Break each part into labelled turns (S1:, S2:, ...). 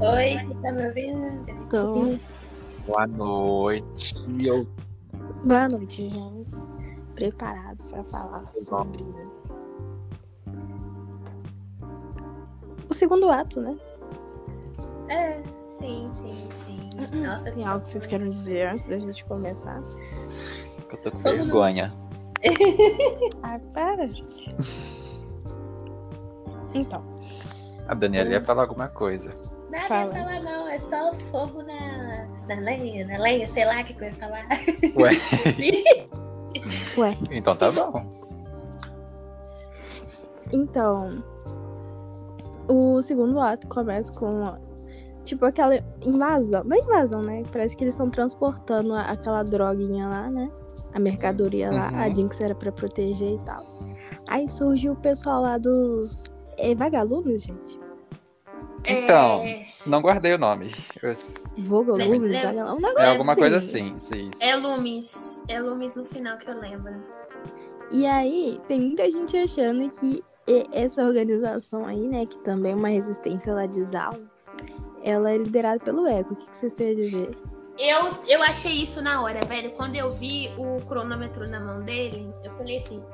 S1: Oi, você tá me ouvindo?
S2: Tô.
S1: Sim.
S3: Boa noite. Eu
S2: Boa noite, gente. Preparados para falar sobre o segundo ato, né?
S1: É, sim, sim, sim. Nossa,
S2: Uh-uh.
S1: tá
S2: Tem algo que vocês queiram dizer antes da gente começar?
S3: eu tô com vergonha.
S2: Ah, para. Então,
S3: A Daniela ia falar alguma coisa.
S1: nada
S2: Fala.
S1: ia falar não, é só fogo na, na lenha, na lenha, sei lá o que que eu ia falar.
S3: Ué.
S2: ué.
S3: Então tá bom.
S2: Então, o segundo ato começa com, tipo, aquela invasão. Não é invasão, né? Parece que eles estão transportando a- aquela droguinha lá, né? A mercadoria lá,
S3: Uhum.
S2: a Jinx era pra proteger e tal. Aí surge o pessoal lá dos. É vagalumes, gente?
S3: Então.
S1: É,
S3: Não guardei o nome. Eu-
S2: Vogalumes,
S1: Lembra-
S2: vagalumes. Um negócio
S3: É alguma
S2: assim.
S3: coisa assim. Sim.
S1: é Lumis, é Lumis no final que eu lembro.
S2: E aí, tem muita gente achando que e- essa organização aí, né? Que também é uma resistência lá de Zal. Ela é liderada pelo Eco. O que que vocês têm a dizer?
S1: Eu, eu achei isso na hora, velho. Quando eu vi o cronômetro na mão dele, eu falei assim.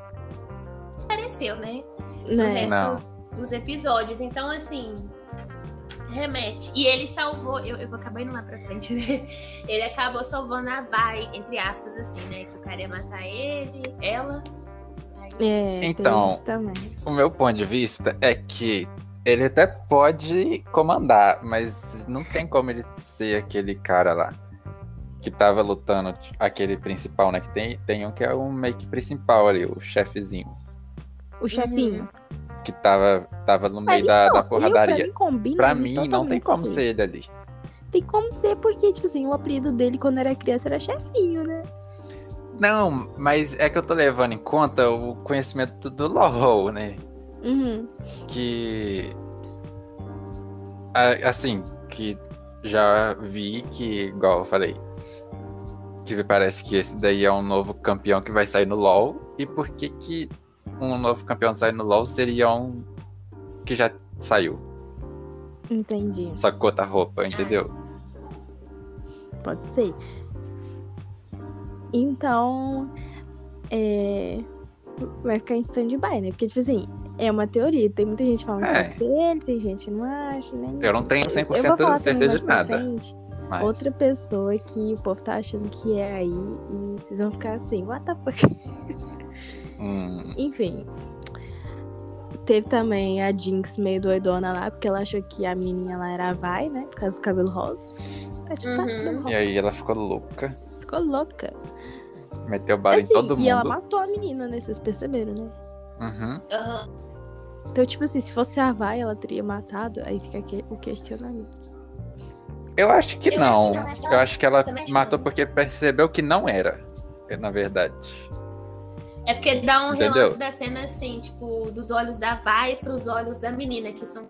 S1: Pareceu, né? No
S2: Né?
S1: resto
S3: Não.
S1: dos episódios. Então, assim. Remete. E ele salvou. Eu, eu vou acabar indo lá pra frente, né? Ele acabou salvando a Vai, entre aspas, assim, né? Que o cara ia matar ele, ela.
S2: É, tem
S3: Então.
S2: isso também.
S3: O meu ponto de vista é que ele até pode comandar, mas não tem como ele ser aquele cara lá que tava lutando, tipo, aquele principal, né? Que tem, tem um que é o meio que principal ali, o chefezinho,
S2: O chefinho.
S3: que tava, tava no
S2: Mas
S3: meio da,
S2: então,
S3: da
S2: ele,
S3: porradaria.
S2: Pra mim, combina
S3: Pra
S2: ele
S3: mim, não
S2: totalmente,
S3: tem como
S2: assim.
S3: ser ele ali.
S2: Tem como ser, porque, tipo assim, o apelido dele quando era criança era chefinho, né?
S3: Não, mas é que eu tô levando em conta o conhecimento do LoL, né?
S2: Uhum.
S3: Que. a- Assim, que já vi que, igual eu falei, que parece que esse daí é um novo campeão que vai sair no LoL. E por que que um novo campeão sair no LoL seria um que já saiu,
S2: Entendi.
S3: só que com outra roupa, entendeu?
S2: Pode ser. Então. É. Vai ficar em stand-by, né? Porque, tipo assim, é uma teoria. Tem muita gente falando que
S3: É.
S2: pode ser ele, tem gente que não acha, né?
S3: Eu não tenho
S2: Eu vou
S3: 100%
S2: falar
S3: de
S2: também
S3: certeza
S2: mais
S3: de
S2: pra
S3: nada.
S2: frente.
S3: Mas...
S2: Outra pessoa que o povo tá achando que é aí e vocês vão ficar assim, what the fuck?
S3: Hum,
S2: Enfim. Teve também a Jinx meio doidona lá, porque ela achou que a menina lá era a Vai, né? Por causa do cabelo rosa. Tá tipo, tá,
S1: Uhum.
S2: cabelo rosa.
S3: e aí ela ficou louca,
S2: Ficou louca.
S3: meteu bala
S2: Assim,
S3: em todo mundo.
S2: e ela matou a menina, né? Vocês perceberam, né?
S3: Uhum.
S1: Aham.
S2: Então, tipo assim, se fosse a Vai, ela teria matado. Aí fica que- o questionamento.
S3: Eu acho que
S1: Eu
S3: não.
S1: acho que não, mas ela-
S3: eu acho que ela
S1: também acho que
S3: matou
S1: não.
S3: porque percebeu que não era, na verdade.
S1: É porque dá um
S3: Entendeu?
S1: relance da cena assim, tipo, dos olhos da Vai pros olhos da menina, que são.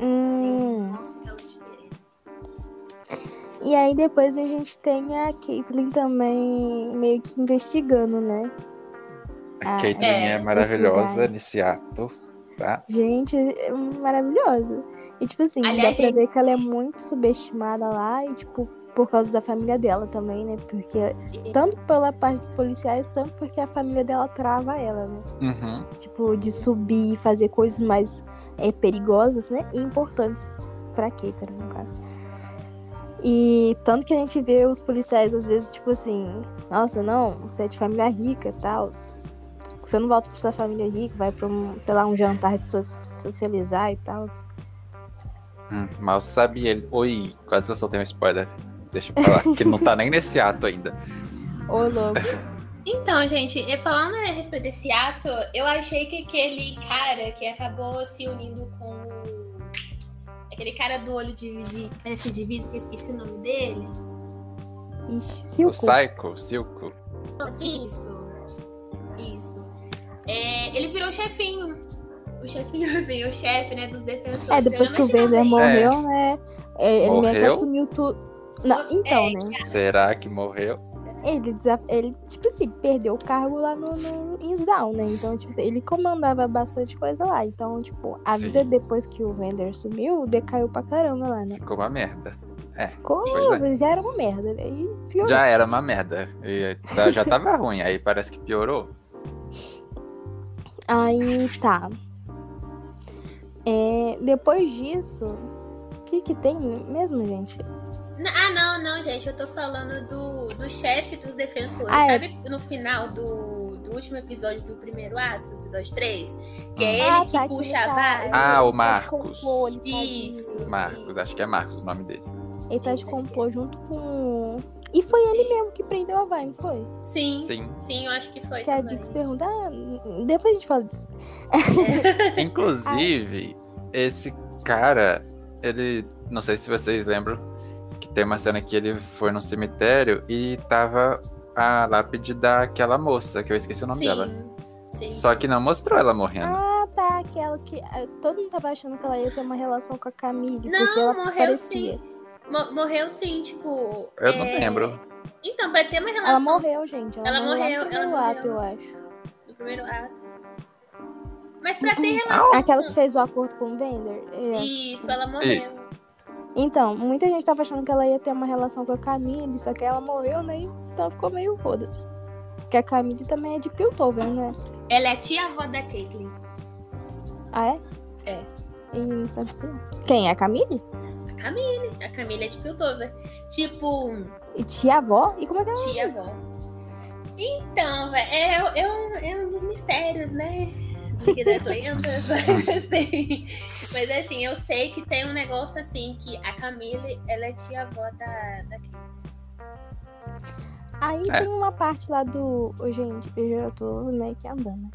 S2: Hum.
S1: Nossa, é aquela diferença.
S2: E aí depois a gente tem a Caitlyn também meio que investigando, né?
S3: A
S2: Ah,
S3: Caitlyn
S1: é,
S3: é, maravilhosa
S2: lugar.
S3: nesse ato, tá?
S2: Gente, é maravilhosa. E, tipo assim,
S1: Aliás,
S2: dá pra
S1: gente-
S2: ver que ela é muito subestimada lá e, tipo, por causa da família dela também, né? Porque, tanto pela parte dos policiais, tanto porque a família dela trava ela, né?
S3: Uhum.
S2: Tipo, de subir e fazer coisas mais é, perigosas, né? E importantes pra Keitara, no caso. E tanto que a gente vê os policiais, às vezes, tipo assim, nossa, não, você é de família rica e tal. Você não volta pra sua família rica, vai pra um, sei lá, um jantar de so- socializar e tal.
S3: Hum, Mal sabe ele. Oi, quase que eu soltei um spoiler. Deixa eu falar, que não tá nem nesse ato ainda.
S2: Ô, louco.
S1: Então, gente, e falando a respeito desse ato, eu achei que aquele cara que acabou se unindo com o... aquele cara do olho de, de parece de vidro, que eu esqueci o nome dele.
S2: Ixi,
S3: O
S2: Silco.
S3: Psycho, o Silco.
S1: Isso. Isso. É, ele virou o chefinho. O chefinhozinho, o chefe, né, dos defensores.
S2: É, depois
S1: Eu
S2: que
S1: não
S2: o Vader
S1: imaginava isso.
S2: morreu, né? é, ele meio que
S3: Morreu?
S1: É,
S2: assumiu tudo. Não, então, né?
S3: Será que morreu?
S2: Ele, desa- ele, tipo assim, perdeu o cargo lá no, no em Zaun, né? Então, tipo, ele comandava bastante coisa lá. Então, tipo, a
S3: Sim.
S2: vida depois que o Vender sumiu, decaiu pra caramba lá, né?
S3: Ficou uma merda. É,
S2: Ficou,
S3: pois é.
S2: já era uma merda, né? E piorou.
S3: Já era uma merda. E tá- já tava ruim, aí parece que piorou.
S2: Aí tá. É, depois disso, o que que tem mesmo, gente?
S1: N- Ah, não, não, gente. Eu tô falando do, do chefe dos defensores.
S2: Ah, é.
S1: Sabe no final do, do último episódio do primeiro ato, do episódio 3? Que é
S3: Hum.
S1: ele
S2: Ah,
S1: que
S2: tá, que
S1: puxa
S2: ele
S1: a
S2: tá-
S1: vara.
S3: Ah,
S2: Ele
S3: o
S2: tá de
S3: Marcos.
S2: complô, ele tá de-
S1: Isso.
S3: Marcos, acho que é Marcos o nome dele.
S2: Ele tá de
S1: Isso, acho
S2: complô junto com. E foi
S1: Sim.
S2: ele mesmo que prendeu a Vine, foi?
S1: Sim, sim.
S3: Sim.
S1: eu acho que foi.
S2: Que a
S1: também.
S2: Dix pergunta. Ah, depois a gente fala disso.
S3: Inclusive, esse cara, ele. Não sei se vocês lembram que tem uma cena que ele foi num cemitério e tava a lápide daquela moça, que eu esqueci o nome
S1: sim,
S3: dela.
S1: Sim.
S3: Só que não mostrou ela morrendo.
S2: Ah, tá, aquela que. ah, Todo mundo tava achando que ela ia ter uma relação com a Camille.
S1: Não,
S2: porque ela
S1: morreu
S2: parecia.
S1: Mo- morreu sim, tipo.
S3: Eu não
S2: é.
S3: lembro.
S1: Então, pra ter uma relação
S2: Ela morreu, gente. Ela,
S1: Ela
S2: morreu.
S1: morreu,
S2: lá no primeiro
S1: ela
S2: ato, eu acho.
S1: do primeiro ato. Mas pra ter relação.
S2: Aquela que fez o acordo com o Bender. é.
S1: Isso, ela morreu.
S2: Então, muita gente tava achando que ela ia ter uma relação com a Camille, só que ela morreu, né? Então ficou meio foda-se. Porque a Camille também é de Piltover, né?
S1: Ela é a tia-avó da Caitlyn.
S2: Ah, é?
S1: É.
S2: E não sabe se... é. Quem? A Camille?
S1: A Camila é de Piltover. Tipo,
S2: E tia avó? E como é que ela.
S1: tia-avó. Então, véi, é, é, um, é um dos mistérios, né? Liga das Lendas, assim. Mas assim, eu sei que tem um negócio assim, que a Camille, ela é tia-avó da, da Caitlyn.
S2: Aí
S3: É.
S2: tem uma parte lá do. Ô, gente, eu já tô meio que andando.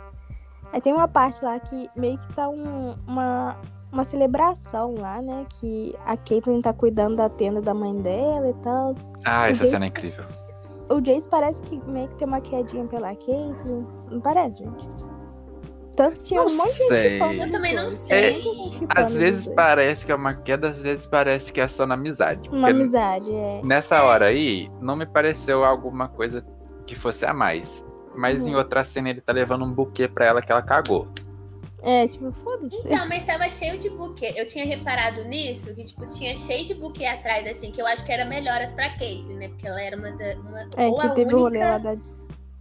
S2: Aí tem uma parte lá que meio que tá um- uma, uma celebração lá, né? Que a Caitlyn tá cuidando da tenda da mãe dela e tal.
S3: Ah, essa
S2: Deus.
S3: cena é incrível.
S2: O Jace parece que meio que tem uma quedinha pela Caitlyn. Não parece, gente? Tanto que tinha
S3: Não
S2: um monte de gente
S3: sei. É,
S2: falando
S1: Eu
S2: dos
S1: também não
S2: dois. um
S1: sei.
S2: Tinha muita gente
S3: Às
S2: falando
S3: vezes
S2: dos dois.
S3: parece que é uma queda, às vezes parece que é só na amizade.
S2: Uma
S3: Porque
S2: amizade, é.
S3: Nessa hora aí, não me pareceu alguma coisa que fosse a mais. Mas em
S2: Uhum.
S3: outra cena ele tá levando um buquê pra ela que ela cagou.
S2: É, tipo, foda-se.
S1: Então, mas tava cheio de buquê. Eu tinha reparado nisso, que tipo, tinha cheio de buquê atrás, assim, que eu acho que era melhoras pra Caitlyn, né? Porque ela era uma da. Uma,
S2: É,
S1: ou a
S2: que teve o rolê
S1: única.
S2: lá da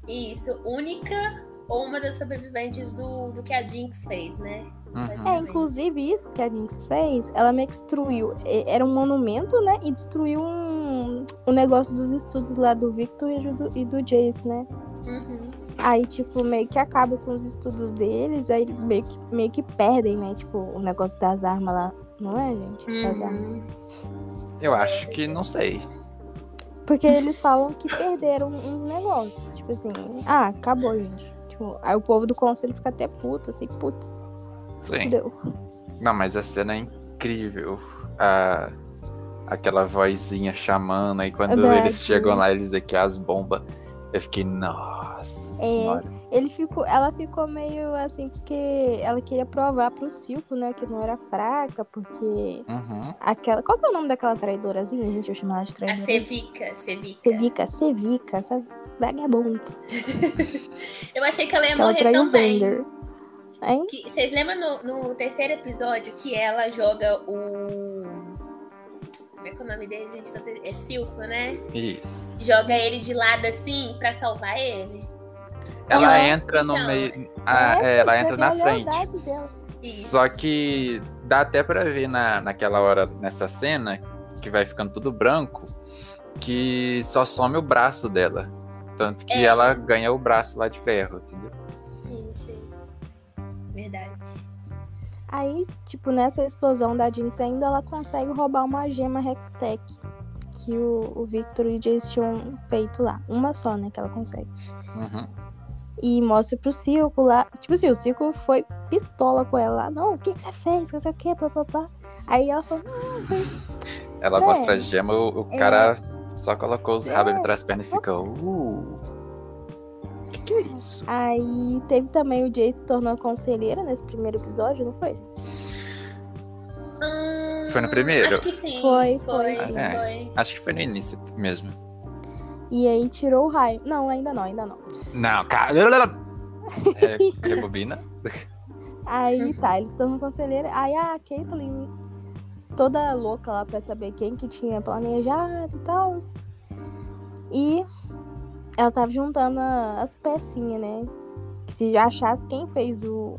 S1: Isso, única ou uma das sobreviventes do, do que a Jinx fez, né?
S3: Uhum.
S2: É,
S1: Exatamente.
S2: inclusive isso que a Jinx fez, ela meio que destruiu. e- Era um monumento, né? E destruiu um, um negócio dos estudos lá do Victor e do, e do Jace, né?
S1: Uhum.
S2: Aí, tipo, meio que acaba com os estudos deles, aí meio que, meio que perdem, né? Tipo, o negócio das armas lá. Não é, gente?
S1: Uhum.
S2: Das armas.
S3: Eu acho que não sei.
S2: Porque eles falam que perderam uns negócios. Tipo assim, ah, acabou, gente. Tipo, aí o povo do conselho fica até puto, assim, putz,
S3: Sim.
S2: deu.
S3: Não, mas a cena é incrível. A... Aquela vozinha chamando, aí quando
S2: Verdade.
S3: eles chegam lá, eles dizem que as bombas. Eu fiquei, nossa
S2: É.
S3: senhora.
S2: Ele ficou, ela ficou meio assim porque ela queria provar pro Silco, né, que não era fraca, porque
S3: Uhum.
S2: aquela, qual que é o nome daquela traidorazinha, gente, eu chamo ela de
S1: A
S2: traidora.
S1: Sevica, Sevica.
S2: Sevica, Sevica, sabe? Vagabundo.
S1: Eu achei que ela ia
S2: Que ela
S1: morrer
S2: traiu o
S1: também.
S2: Bender. Hein?
S1: Que- Vocês lembram no, no terceiro episódio que ela joga o. Como é que é o nome dele, gente? É Silco, né?
S3: Isso.
S1: Joga ele de lado assim pra salvar ele.
S3: Ela
S1: Ela-
S3: entra no
S1: então,
S3: meio. Ah, é,
S2: você
S3: ela entra
S2: vê
S3: na
S2: a
S3: frente.
S2: lealdade dela.
S1: Isso.
S3: Só que dá até pra ver na, naquela hora, nessa cena, que vai ficando tudo branco, que só some o braço dela. Tanto que
S1: É.
S3: ela ganha o braço lá de ferro, entendeu?
S1: Isso, isso. Verdade.
S2: Aí, tipo, nessa explosão da Jinx ainda, ela consegue roubar uma gema Hextech. Que o, o Victor e o Jace tinham feito lá. Uma só, né, que ela consegue.
S3: Uhum.
S2: E mostra pro Circo lá. Tipo assim, o Circo foi pistola com ela lá. Não, o que, que você fez? Não sei o que, blá blá blá. Aí ela falou,
S3: Ela
S2: Véi.
S3: mostra a gema, o, o cara só colocou os rabos
S2: É.
S3: entre as pernas e fica. Uh. Que que é isso?
S2: Aí teve também o Jace se tornou conselheiro nesse primeiro episódio, não foi?
S1: Hum,
S3: Foi no Ah, é. primeiro?
S1: Acho que sim.
S2: Foi,
S1: foi.
S2: foi,
S3: sim.
S1: foi.
S3: Acho que foi no início mesmo.
S2: E aí tirou o raio. Não, ainda não, ainda não.
S3: Não, cara. É, rebobina.
S2: Aí tá, eles estão no conselheiro. Aí a Caitlyn, toda louca lá pra saber quem que tinha planejado e tal. E ela tava juntando a- as pecinhas, né? Que se já achasse quem fez o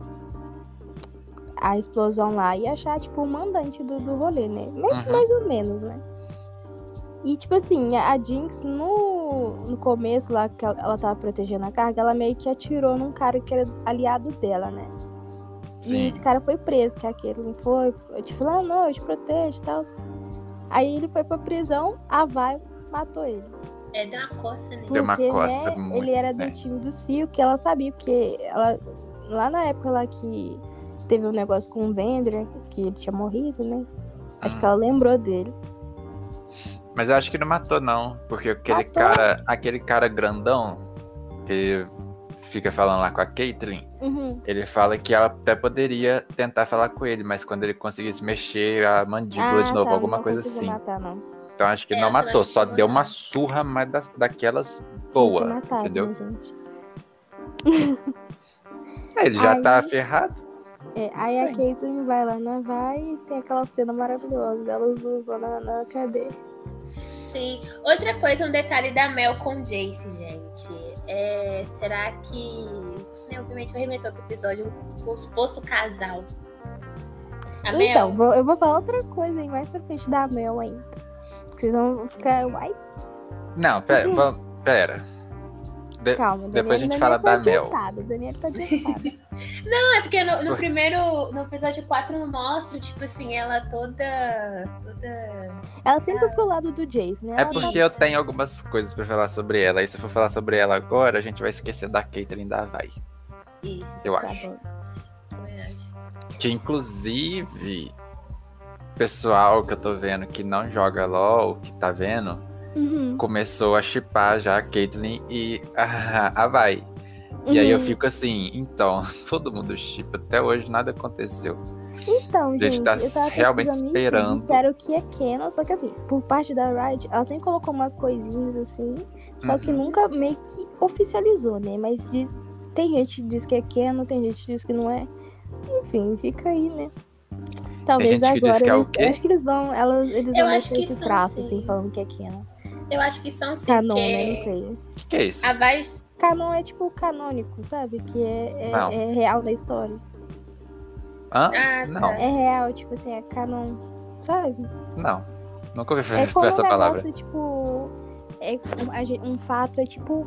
S2: a explosão lá, ia achar, tipo, o mandante do, do rolê, né? Mais,
S3: Uhum.
S2: mais ou menos, né? E, tipo assim, a Jinx, no, no começo lá, que ela, ela tava protegendo a carga, ela meio que atirou num cara que era aliado dela, né? E
S3: Sim.
S2: esse cara foi preso, que é aquele foi. Eu te falei, ah, não, eu te protejo e tal. Aí ele foi pra prisão, a Vai matou ele.
S1: É, dá uma coça, né?
S3: Deu uma
S2: Porque,
S3: coça
S2: né,
S3: muito,
S2: ele era do
S3: né?
S2: time do Cio, que ela sabia, porque ela, lá na época lá que teve um negócio com o Vendor, que ele tinha morrido, né? Acho
S3: Hum.
S2: que ela lembrou dele.
S3: Mas eu acho que não matou, não. Porque aquele
S2: Matou.
S3: cara. Aquele cara grandão que fica falando lá com a Caitlyn,
S2: Uhum.
S3: ele fala que ela até poderia tentar falar com ele, mas quando ele conseguisse mexer a mandíbula
S2: Ah,
S3: de novo,
S2: tá,
S3: alguma
S2: não
S3: coisa
S2: conseguiu
S3: assim.
S2: Matar, não.
S3: Então acho que
S1: É,
S3: não
S1: eu também
S3: matou,
S1: acho que
S3: só
S1: não
S3: deu
S1: matou.
S3: uma surra, mas da- daquelas
S2: Tinha que
S3: boa,
S2: matar,
S3: entendeu?
S2: né, gente?
S3: É, ele já
S2: Aí-
S3: tá ferrado.
S2: É, aí a Caitlyn vai lá na vai e tem aquela cena maravilhosa delas duas lá na, na cadeia.
S1: Sim. Outra coisa, um detalhe da Mel com Jace, gente. É, será que. Né, obviamente vai remeter outro episódio, um suposto casal. A
S2: Então,
S1: Mel.
S2: vou- eu vou falar outra coisa aí mais pra frente da Mel ainda. Vocês vão ficar. Ai,
S3: Não, pera. vam- pera. De-
S2: calma.
S3: depois a
S2: Daniela-
S3: gente fala
S2: Daniela
S3: da
S2: tá
S3: Mel.
S2: adiantada, Daniela tá adiantada.
S1: Não, é porque no, no
S3: Ué.
S1: primeiro. No episódio 4 mostra, tipo assim, ela toda. toda.
S2: Ela sempre pro lado do Jace, né?
S3: É
S2: Ela
S3: porque eu tenho algumas coisas pra falar sobre ela. E se eu for falar sobre ela agora, a gente vai esquecer da Caitlyn da Vai,
S1: Isso,
S3: eu
S2: tá, tá
S3: acho.
S2: bom.
S1: também acho.
S3: Que inclusive, pessoal que eu tô vendo que não joga LOL, que tá vendo,
S2: Uhum.
S3: começou a chipar já a Caitlyn e a, a Vai. E aí eu
S2: Uhum.
S3: fico assim, então, todo mundo chipa, até hoje nada aconteceu.
S2: Então,
S3: gente
S2: gente,
S3: tá
S2: eu tava
S3: realmente
S2: pesquisando isso,
S3: esperando.
S2: Disseram que é Canon, só que assim, por parte da Riot, ela sempre colocou umas coisinhas assim, só que
S3: Uhum.
S2: nunca meio que oficializou, né? Mas diz- tem gente que diz que é Canon, tem gente que diz que não é. Enfim, fica aí, né? Talvez
S3: gente que diz
S2: agora
S3: que é o
S2: eles,
S3: quê?
S2: acho que eles vão, elas, eles
S1: Eu
S2: vão
S1: acho
S2: deixar
S1: que
S2: esse
S1: são,
S2: traço
S1: sim.
S2: assim, falando que é Canon.
S1: Eu acho que são sim.
S2: Canon,
S1: porque
S2: né? Não sei.
S3: O que, que é isso?
S1: A Vaz
S2: Canon é tipo canônico, sabe? Que é, é-
S3: Não.
S2: é real da história.
S3: Hã?
S1: Ah,
S3: Não,
S2: É real, tipo assim, é canon, sabe?
S3: não. Nunca ouvi
S2: É como
S3: falar
S2: um
S3: essa
S2: negócio,
S3: palavra.
S2: tipo. É, um, a gen- um fato é tipo.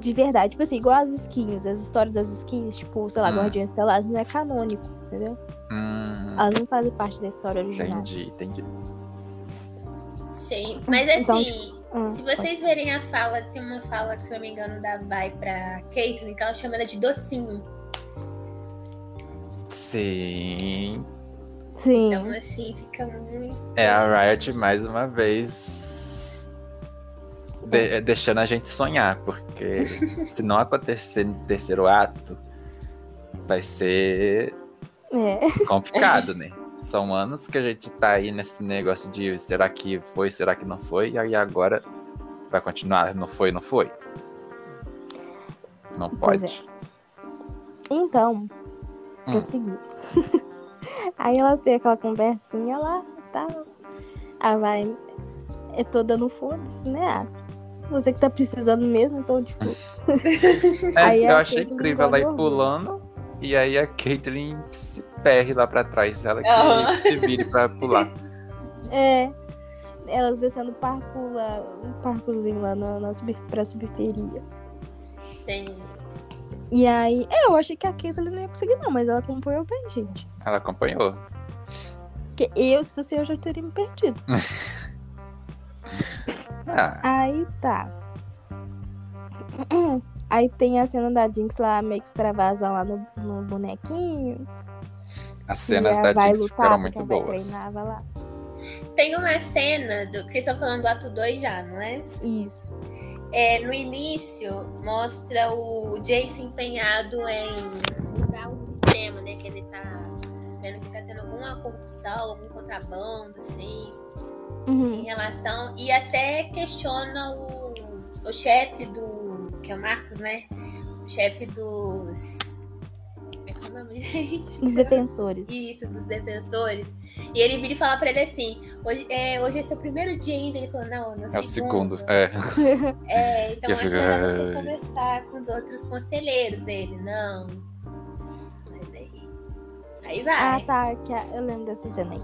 S2: De verdade. Tipo assim, igual as skins, as histórias das skins, tipo, sei lá,
S3: Hum.
S2: Guardiões Estelares, não é canônico, entendeu?
S3: Hum,
S2: Elas não fazem parte da história original.
S3: entendi, entendi.
S1: Sim, mas
S2: Então,
S1: assim,
S2: Ah,
S1: se vocês verem a fala, tem uma fala que, se eu não me engano, da Vai pra Caitlyn, que ela chama ela de docinho.
S3: Sim.
S2: Sim.
S1: Então, assim, fica muito.
S3: É a Riot mais uma vez de-
S2: É.
S3: deixando a gente sonhar, porque se não acontecer no terceiro ato, vai ser
S2: É.
S3: complicado, né? São anos que a gente tá aí nesse negócio de será que foi, será que não foi, e aí agora vai continuar, não foi, não foi. Não
S2: Pois é.
S3: pode.
S2: Então,
S3: Hum.
S2: prosseguir. Aí elas têm aquela conversinha lá e tal. A vai é toda no foda-se, né? Ah, Você que tá precisando mesmo, então, tipo.
S3: É,
S2: Aí
S3: eu
S2: a
S3: achei
S2: Caitlyn
S3: incrível ela ir
S2: engordou.
S3: pulando e aí a Caitlyn se ferre lá pra trás, ela que
S1: Aham.
S3: se vire pra pular.
S2: É. Elas descendo o parco lá, um parcozinho lá na, na sub, pra subferia.
S1: Sim.
S2: E aí, é, eu achei que a Caitlyn não ia conseguir, não, mas ela acompanhou bem, gente.
S3: Ela acompanhou.
S2: Porque eu, se fosse eu, já teria me perdido.
S3: Ah,
S2: Aí tá. Aí tem a cena da Jinx lá, meio que extravasa lá no, no bonequinho.
S3: as
S2: que
S3: cenas
S2: ela
S3: da
S2: vai
S3: Jinx
S2: lutar,
S3: ficaram
S2: porque
S3: muito
S2: ela vai
S3: boas.
S2: treinar, vai lá.
S1: Tem uma cena do que vocês estão falando do ato 2 já, não é?
S2: Isso.
S1: é? No início, mostra o Jace empenhado em mudar o sistema, né? Que ele tá vendo que tá tendo alguma corrupção, algum contrabando, assim.
S2: Uhum.
S1: em relação e até questiona o o chefe do. Que é o Marcos, né? O chefe dos. Como é que é o nome, gente?
S2: Dos defensores.
S1: Isso, dos defensores. E ele vira e fala pra ele assim: hoje é, hoje é seu primeiro dia ainda. Ele falou: não, no
S3: É o segundo. É.
S1: É, então
S3: Eu
S1: acho
S3: fico,
S1: melhor você
S3: "Ai".
S1: conversar com os outros conselheiros. Ele, não. Mas aí. Aí
S2: Ah,
S1: vai.
S3: né?
S2: tá. Que a- eu lembro dessa cena aí.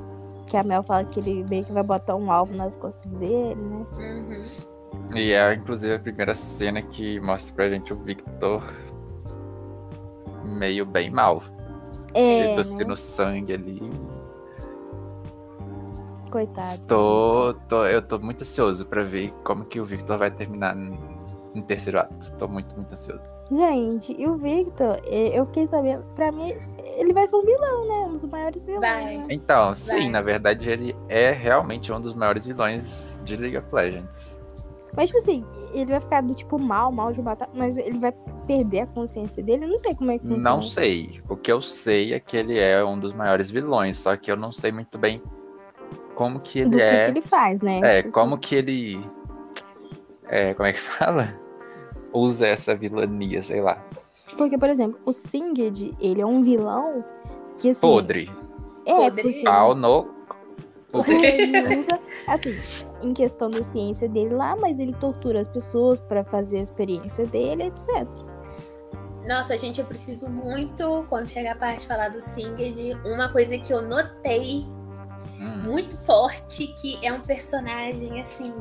S2: Que a Mel fala que ele meio que vai botar um alvo nas costas dele, né?
S1: Uhum.
S3: E é, inclusive, a primeira cena que mostra pra gente o Victor meio bem mal.
S2: É, né?
S3: ele tossindo sangue ali.
S2: coitado.
S3: Estou, tô- eu tô muito ansioso pra ver como que o Victor vai terminar n- no terceiro ato. Tô muito, muito ansioso.
S2: Gente, e o Victor, eh, eu fiquei sabendo, pra mim, ele vai ser um vilão, né? Um dos maiores vilões.
S1: Vai.
S2: né?
S3: Então, sim,
S1: Vai.
S3: na verdade ele é realmente um dos maiores vilões de League of Legends.
S2: Mas, tipo assim, ele vai ficar do tipo mal, mal de matar, mas ele vai perder a consciência dele? Eu não sei como é que funciona.
S3: Não sei. O que eu sei é que ele é um dos maiores vilões, só que eu não sei muito bem como que
S2: Do
S3: ele
S2: que,
S3: é.
S2: que ele faz, né?
S3: É,
S2: Tipo assim,
S3: como que ele. É, como é que fala? Usa essa vilania, sei lá.
S2: Porque, por exemplo, o Singed, ele é um vilão que, assim...
S3: Podre.
S2: É,
S1: Podre.
S2: porque
S3: Pau no. cu.
S2: Ele usa, assim, em questão da ciência dele lá, mas ele tortura as pessoas pra fazer a experiência dele, etc.
S1: Nossa, gente, eu preciso muito, quando chegar a parte de falar do Singed, uma coisa que eu notei
S3: Hum,
S1: muito forte, que é um personagem assim.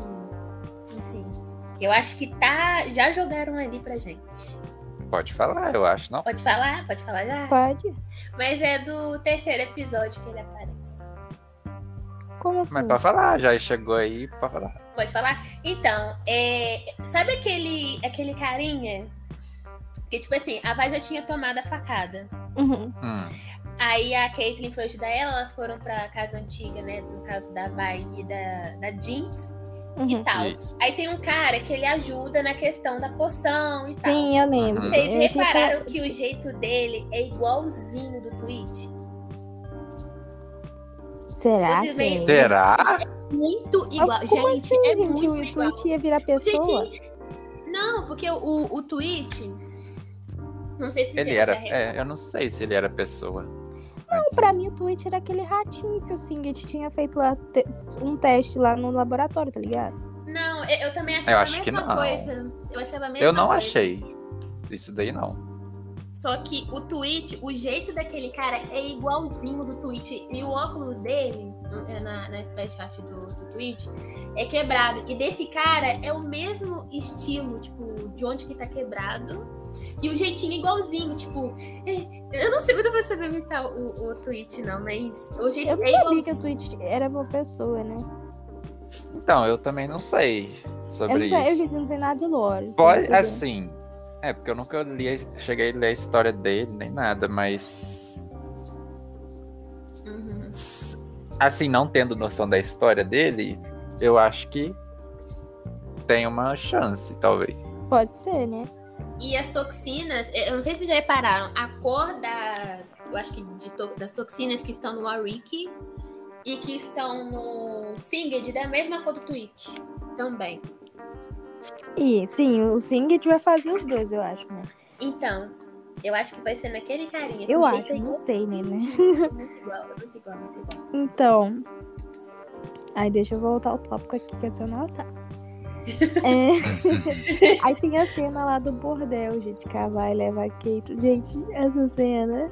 S1: Enfim. Que eu acho que tá. Já jogaram ali pra gente.
S3: pode falar, eu acho, não?
S1: Pode falar? Pode falar já?
S2: Pode?
S1: Mas é do terceiro episódio que ele aparece.
S2: Como assim?
S3: Mas tá. pode falar, já chegou aí, pode falar.
S1: Pode falar? Então, é, sabe aquele, aquele carinha? Que, tipo assim, a Vai já tinha tomado a facada.
S2: Uhum.
S3: Hum,
S1: Aí a Caitlyn foi ajudar ela, elas foram pra casa antiga, né? No caso da Vai e da, da Jeans e
S2: uhum.
S1: tal.
S3: isso.
S1: Aí tem um cara que ele ajuda na questão da poção e tal.
S2: Sim, É eu lembro.
S3: Uhum.
S1: tá. Vocês
S2: Eu tenho
S1: repararam
S2: falado-
S1: que o jeito dele é igualzinho do Twitch?
S2: Será
S1: Tudo
S2: que...
S1: bem.
S2: é?
S3: Será?
S1: Muito igual.
S2: Mas como
S1: gente,
S2: assim,
S1: é
S2: gente?
S1: muito
S2: o
S1: igual.
S2: Twitch ia virar pessoa?
S1: Gente, não, porque o, o tweet. Não sei se
S3: Ele
S1: já,
S3: era.
S1: já
S3: É, eu não sei se ele era pessoa.
S2: Pra mim, o Twitch era aquele ratinho que o Singed tinha feito lá te- um teste lá no laboratório, tá ligado?
S1: Não, eu, eu também achava
S3: Eu
S1: a
S3: acho que
S1: mesma
S3: não.
S1: coisa. Eu achava a mesma
S3: Eu não
S1: coisa.
S3: achei. Isso daí não.
S1: Só que o tweet, o jeito daquele cara é igualzinho do tweet. E o óculos dele, é na, na splash art do, do tweet, é quebrado. E desse cara é o mesmo estilo, tipo, de onde que tá quebrado. E o jeitinho é igualzinho, tipo. é- eu não sei, eu não vou saber imitar o, o tweet, não, mas. O jeito
S2: Eu não
S1: é
S2: sabia
S1: igualzinho.
S2: que o Twitch era uma pessoa, né?
S3: Então, eu também não sei
S2: Eu não,
S3: sobre
S2: sei, eu
S3: isso.
S2: gente, não sei nada de lore. então
S3: Pode,
S2: não sei.
S3: assim. É, porque eu nunca li, a- cheguei a ler a história dele, nem nada, mas.
S1: Uhum.
S3: s- Assim, não tendo noção da história dele, eu acho que tem uma chance, talvez.
S2: Pode ser, né?
S1: E as toxinas, eh, eu não sei se vocês já repararam, a cor da. Eu acho que de to- das toxinas que estão no Ariki e que estão no Singed da mesma cor do Twitch também.
S2: E sim, o Singed vai fazer os dois, eu acho, né?
S1: Então, eu acho que vai ser naquele carinha. que
S2: Eu
S1: o
S2: acho,
S1: jeito é
S2: não
S1: igual-
S2: sei, né, né?
S1: Muito igual, muito igual, muito igual.
S2: Então. Aí deixa eu voltar ao tópico aqui que eu tinha notado. É... Aí tem a cena lá do bordel, gente, que a vai leva a Kate. Gente, essa cena é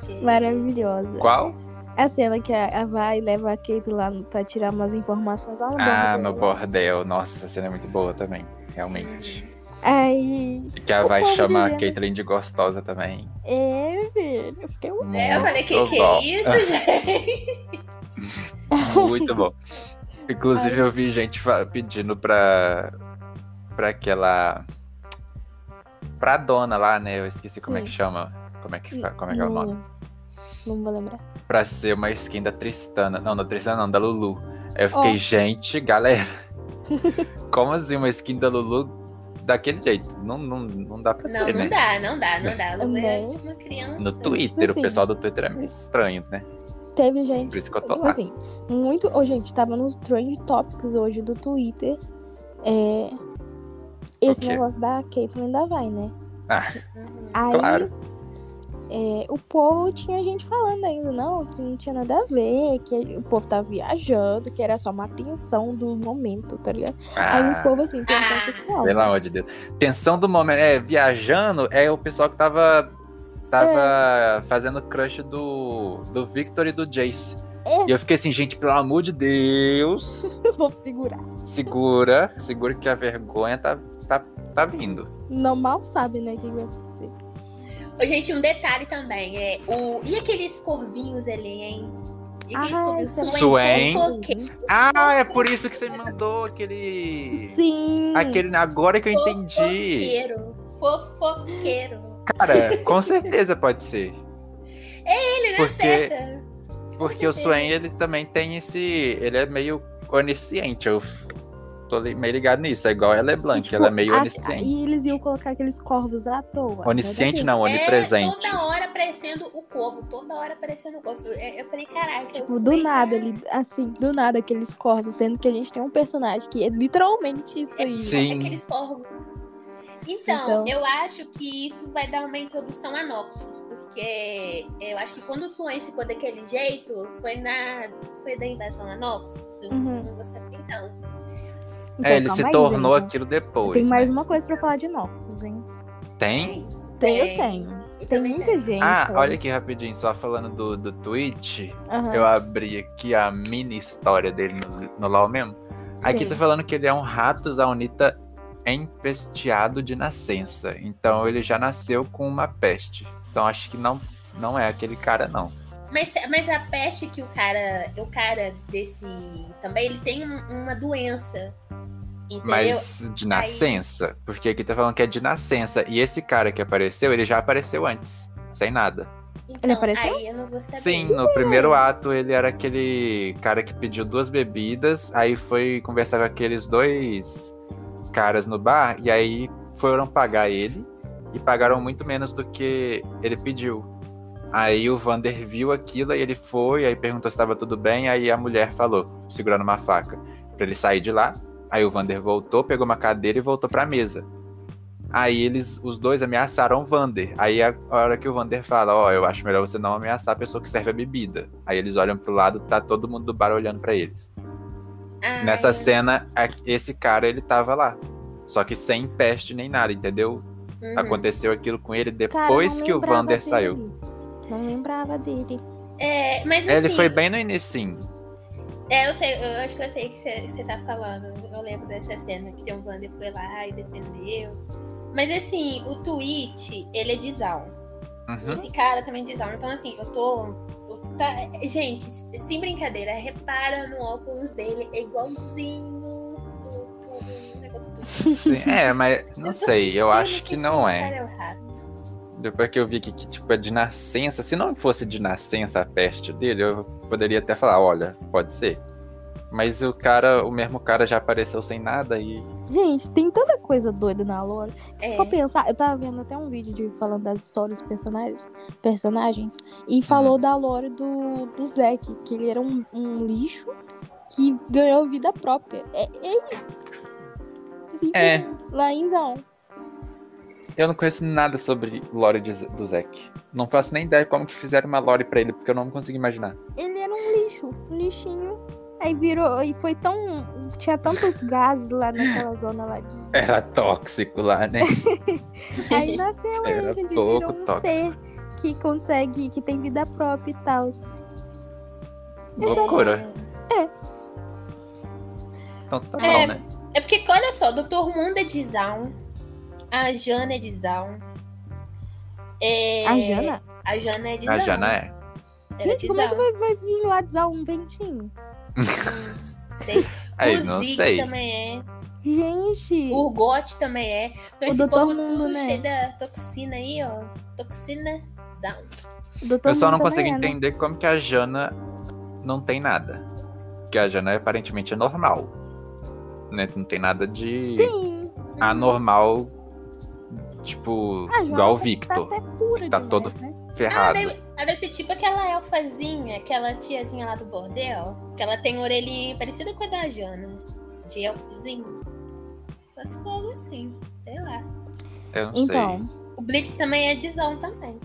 S1: Porque-
S2: maravilhosa.
S3: Qual?
S2: A cena que a, a vai leva a Kate lá no- pra tirar umas informações lá no
S3: Ah,
S2: bordel.
S3: no bordel. Nossa, essa cena é muito boa também, realmente.
S2: Aí.
S3: E que a
S2: O
S3: vai
S2: povo
S3: chama a
S2: dizendo-
S3: Caitlyn de gostosa também.
S2: É, filho. Eu fiquei um.
S1: É, eu falei, que
S3: Muito
S1: que
S3: bom.
S1: é isso, gente?
S3: Muito bom. Inclusive, eu vi gente fa- pedindo pra. pra aquela. pra dona lá, né? Eu esqueci como é que
S2: Sim.
S3: chama. Como é que, fa- como é, que é o nome?
S2: Hum, Não vou lembrar.
S3: Pra ser uma skin da Tristana. Não, da Tristana não, da Lulu. Aí eu fiquei,
S2: Ó.
S3: gente, galera. como assim uma skin da Lulu daquele jeito? Não, não, não dá pra
S1: Não,
S3: ser,
S1: não
S3: né?
S1: dá, não dá, não dá. Lula é
S2: Né?
S1: tipo uma criança.
S3: No Twitter,
S2: assim.
S3: o pessoal do Twitter é meio estranho, né?
S2: Teve gente
S3: Por isso que eu tô
S2: Tipo
S3: lá.
S2: assim, muito. Ô, gente, tava nos trend topics hoje do Twitter. É, Esse
S3: quê?
S2: negócio da Caitlyn ainda vai, né?
S1: Uhum.
S2: Aí,
S3: Claro.
S2: é, o povo tinha gente falando ainda, não, que não tinha nada a ver, que o povo tava viajando, que era só uma tensão do momento, tá ligado? Aí o
S3: Ah,
S2: povo, assim, tensão
S1: Ah.
S2: sexual.
S3: pelo amor de Deus. Tensão do momento. É, viajando é o pessoal que tava. Tava fazendo crush do, do Victor e do Jace.
S2: É.
S3: E eu fiquei assim, gente, pelo amor de Deus.
S2: O povo segurar.
S3: Segura, segura que a vergonha tá, tá, tá vindo.
S2: Não mal sabe, né, o que vai acontecer.
S1: Ô, gente, um detalhe também. É, o... E aqueles corvinhos ali, hein? E aqueles
S2: Ah,
S1: corvinhos
S2: isso é
S3: Swain.
S1: fofoqueiros.
S3: Ah, é por isso que você me mandou aquele.
S2: Sim!
S3: Aquele. Agora que eu entendi.
S1: Fofoqueiro. Fofoqueiro.
S3: Cara, com certeza pode ser.
S1: Ele, né,
S3: Porque-
S1: certa?
S3: Porque o Swain, ele também tem esse. Ele é meio onisciente. Eu f- tô li- meio ligado nisso. É igual a ela é
S2: E,
S3: Blanc,
S2: tipo,
S3: ela é meio
S2: a-
S3: onisciente.
S2: E eles iam colocar aqueles corvos à toa.
S3: Onisciente
S2: nada
S3: não,
S1: É,
S3: onipresente.
S1: toda hora aparecendo o corvo. Toda hora aparecendo o corvo. Eu, eu falei, caralho.
S2: a ver. Tipo, do nada, ele, assim, do nada aqueles corvos, sendo que a gente tem um personagem que é literalmente isso aí.
S3: Sim.
S1: Aqueles corvos. Então,
S2: Então.
S1: eu acho que isso vai dar uma introdução a Noxus, porque eu acho que quando o Swain ficou daquele jeito, foi na foi da invasão a Noxus. eu
S2: Uhum.
S1: não vou saber. Então,
S2: Então,
S3: É, ele
S2: calma
S3: se
S2: aí,
S3: tornou
S2: gente.
S3: aquilo depois.
S2: Tem mais
S3: né?
S2: uma coisa pra falar de Noctis, hein?
S3: Tem?
S2: Tem,
S1: É.
S2: eu tenho.
S1: eu
S2: Tem
S1: também
S2: muita gente.
S3: Ah,
S2: cara.
S3: olha aqui rapidinho, só falando do, do Twitch.
S2: Aham.
S3: Eu abri aqui a mini história dele no, no LOL mesmo. Aqui
S2: Sim.
S3: tá falando que ele é um rato zaunita empesteado de nascença. Então ele já nasceu com uma peste. Então acho que não, não é aquele cara, não.
S1: Mas, mas a peste que o cara, o cara desse também, ele tem um- uma doença. Entendeu?
S3: Mas de nascença? Porque aqui tá falando que é de nascença. E esse cara que apareceu, ele já apareceu antes. Sem nada.
S1: então,
S2: Ele apareceu?
S1: Aí eu não vou saber.
S3: Sim, no primeiro ato ele era aquele cara que pediu duas bebidas, aí foi conversar com aqueles dois caras no bar, e aí foram pagar ele, e pagaram muito menos do que ele pediu. Aí o Vander viu aquilo, aí ele foi, aí perguntou se estava tudo bem, aí a mulher falou, segurando uma faca, pra ele sair de lá. Aí o Vander voltou, pegou uma cadeira e voltou pra mesa. Aí eles, os dois ameaçaram o Vander. Aí a hora que o Vander fala, ó, eu acho melhor você não ameaçar a pessoa que serve a bebida. Aí eles olham pro lado, tá todo mundo do bar olhando pra eles.
S1: Ai,
S3: Nessa cena, a- esse cara, ele tava lá. Só que sem peste nem nada, entendeu?
S1: uhum.
S3: Aconteceu aquilo com ele
S2: Cara, eu não
S3: depois que o
S2: lembrava
S3: Vander
S2: dele.
S3: saiu.
S2: Não lembrava dele.
S1: É, mas assim,
S3: Ele foi bem no início.
S1: É, eu sei, eu acho que eu sei o que você você tá falando. Eu lembro dessa cena que tem um Wander foi lá e defendeu. Mas assim, o tweet, ele é de Zaun.
S3: Uhum.
S1: Esse cara também é de Zaun. Então, assim, eu tô. eu tá- Gente, sem brincadeira, repara no óculos dele, é igualzinho do- do- do negócio do-
S3: Sim, É, mas não sei, eu
S1: Juro
S3: acho que
S1: esse
S3: não é.
S1: cara o rato.
S3: Depois que eu vi que, que, tipo, é de nascença. Se não fosse de nascença a peste dele, eu poderia até falar, olha, pode ser. Mas o cara, o mesmo cara já apareceu sem nada e.
S2: Gente, tem tanta coisa doida na lore. Se
S1: É.
S2: for pensar, eu tava vendo até um vídeo de, falando das histórias dos personagens, personagens e falou da lore do, do Zack, que ele era um, um lixo que ganhou vida própria. É, é isso. Assim, Sim,
S3: É.
S2: Lá em Zaon.
S3: Eu não conheço nada sobre lore de- do Zack. Não faço nem ideia como que fizeram uma lore pra ele, porque eu não consigo imaginar.
S2: Ele era um lixo, um lixinho. Aí virou, e foi tão. Tinha tantos gases lá naquela zona lá de
S3: Era tóxico lá, né?
S2: Aí nasceu
S3: Era
S2: ele, ele
S3: pouco
S2: virou um
S3: tóxico.
S2: ser que consegue, que tem vida própria e tal.
S3: Loucura. Então tá
S1: É.
S3: bom, né?
S1: É porque, olha só, Dr. Mundo é de Zaun. A Jana é de Zaun. É,
S2: A Jana?
S1: A Jana é de
S3: A
S1: Zaun.
S3: Jana é.
S1: Ela é
S2: Gente,
S1: de
S2: como é que
S1: Zaun.
S2: vai, vai vir lá de Zaun um ventinho?
S1: Não sei.
S3: Aí,
S1: o
S3: não
S1: Ziggs
S3: sei.
S1: também é.
S2: Gente,
S1: O Urgot também é. Então
S2: O
S1: esse
S2: Dr.
S1: povo
S2: Mundo,
S1: tudo
S2: né?
S1: cheio da toxina aí, ó. Toxina. Zaun.
S2: Dr.
S3: Eu só não
S2: Mundo também
S3: consigo
S2: é, né?
S3: entender como que a Jana não tem nada. Que a Jana aparentemente é normal. Né? Não tem nada de
S2: Sim,
S3: Ah,
S1: Ah,
S3: anormal, tipo,
S2: a Jana
S3: igual o
S2: tá-
S3: Victor.
S2: Tá até pura
S3: tá
S2: demais,
S3: todo-
S2: né?
S1: Ah,
S3: Ferrado.
S1: deve, ela deve ser tipo aquela elfazinha, aquela tiazinha lá do bordel, que ela tem orelha parecida com a da Jana. De elfozinho. Só se for algo assim, sei lá.
S3: Eu não
S2: Então,
S1: O Blitz também é de Zon também.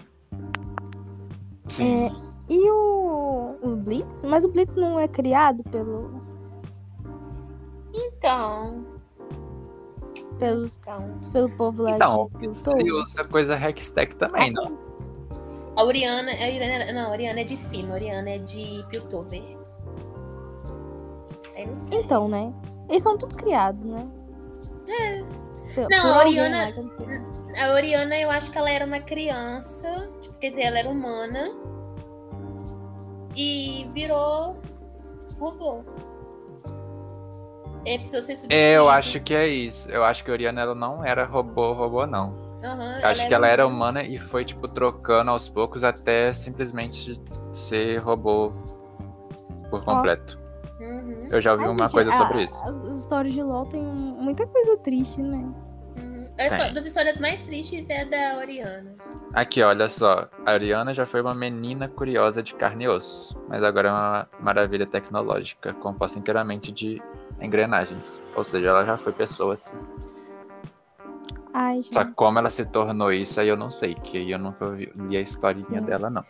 S3: sei.
S2: é,
S3: Sim.
S2: e o, o Blitz? Mas o Blitz não é criado pelo,
S1: Então,
S2: pelos,
S1: então.
S2: pelo povo lá
S3: Então,
S2: de
S3: E
S2: Piltover?
S3: usa coisa Hextech
S2: É
S3: também, não?
S1: A Oriana, a Oriana- não, a Oriana é de Sino, a Oriana é de Piltover. Aí não sei.
S2: Então, né? Eles são todos criados, né? É.
S1: Não, a Oriana- A Oriana, eu acho que ela era uma criança, tipo, quer dizer, ela era humana e virou robô. É, Ele precisou ser substituído.
S3: É, Eu acho que é isso. Eu acho que a Oriana ela não era robô, robô não.
S1: Aham,
S3: Eu acho que ela
S2: um-
S3: era humana e foi, tipo, trocando aos poucos até simplesmente ser robô por completo.
S1: Uhum,
S3: Eu já ouvi uma coisa sobre isso.
S2: As histórias de LOL tem muita coisa triste, né?
S1: uhum. Olha só,
S3: Tem.
S1: das histórias mais tristes é a da Oriana.
S3: Aqui, olha só. A Ariana já foi uma menina curiosa de carne e osso, mas agora é uma maravilha tecnológica, composta inteiramente de engrenagens. Ou seja, ela já foi pessoa assim.
S2: Ai, gente.
S3: Só que como ela se tornou isso, aí eu não sei, que aí eu nunca vi, li a historinha
S2: Sim.
S3: dela, não.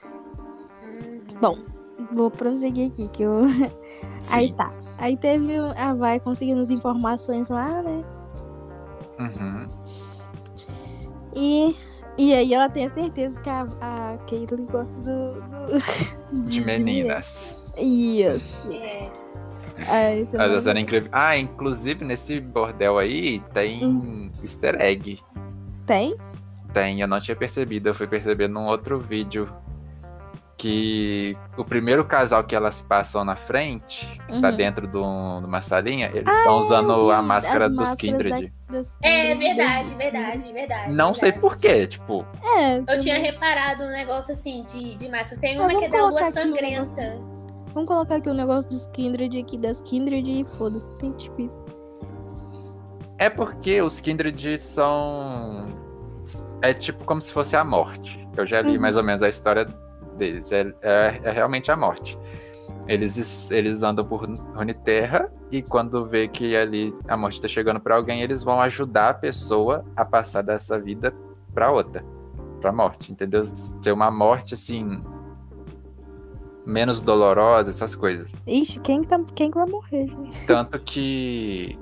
S1: Uhum.
S2: Bom, Vou prosseguir aqui, que eu... Aí tá. Aí teve o- a Vai conseguindo as informações lá, né?
S3: Uhum.
S2: E, e aí ela tem a certeza que a, a Caitlyn gosta do... do-
S3: De meninas.
S2: Isso.
S1: É,
S2: Aí você
S3: Mas
S2: manda-
S3: essa era incrível. Ah, inclusive nesse bordel aí tem
S2: Hum.
S3: easter egg.
S2: Tem?
S3: Tem, eu não tinha percebido, eu fui perceber num outro vídeo que o primeiro casal que elas passam na frente, que tá
S2: Uhum.
S3: dentro de, um- de uma salinha, eles estão ususando
S2: vi
S3: a
S2: as
S3: máscara dos
S2: máscaras
S3: Kindred.
S2: da- das
S1: É
S2: Kindred
S1: verdade,
S2: da-
S1: verdade, verdade.
S3: Não sei
S1: verdade.
S3: porquê, tipo,
S2: É,
S1: Eu
S2: também.
S1: tinha reparado um negócio assim de, de máscaras. Tem
S2: Ah,
S1: uma que é
S2: vamos
S1: da lua
S2: colocar aqui um negócio.
S1: sangrenta.
S2: Vamos colocar aqui o negócio dos Kindred aqui, das Kindred e foda-se, tem tipo isso.
S3: é porque os Kindred são. É tipo como se fosse a morte. Eu já li
S2: Uhum.
S3: mais ou menos a história deles. É, é- é realmente a morte. Eles, eles andam por Runeterra e quando vê que ali a morte tá chegando pra alguém, eles vão ajudar a pessoa a passar dessa vida pra outra. Pra morte, entendeu? Ter uma morte assim. menos dolorosa, essas coisas.
S2: Ixi, quem que, tá, quem que vai morrer, gente?
S3: Tanto que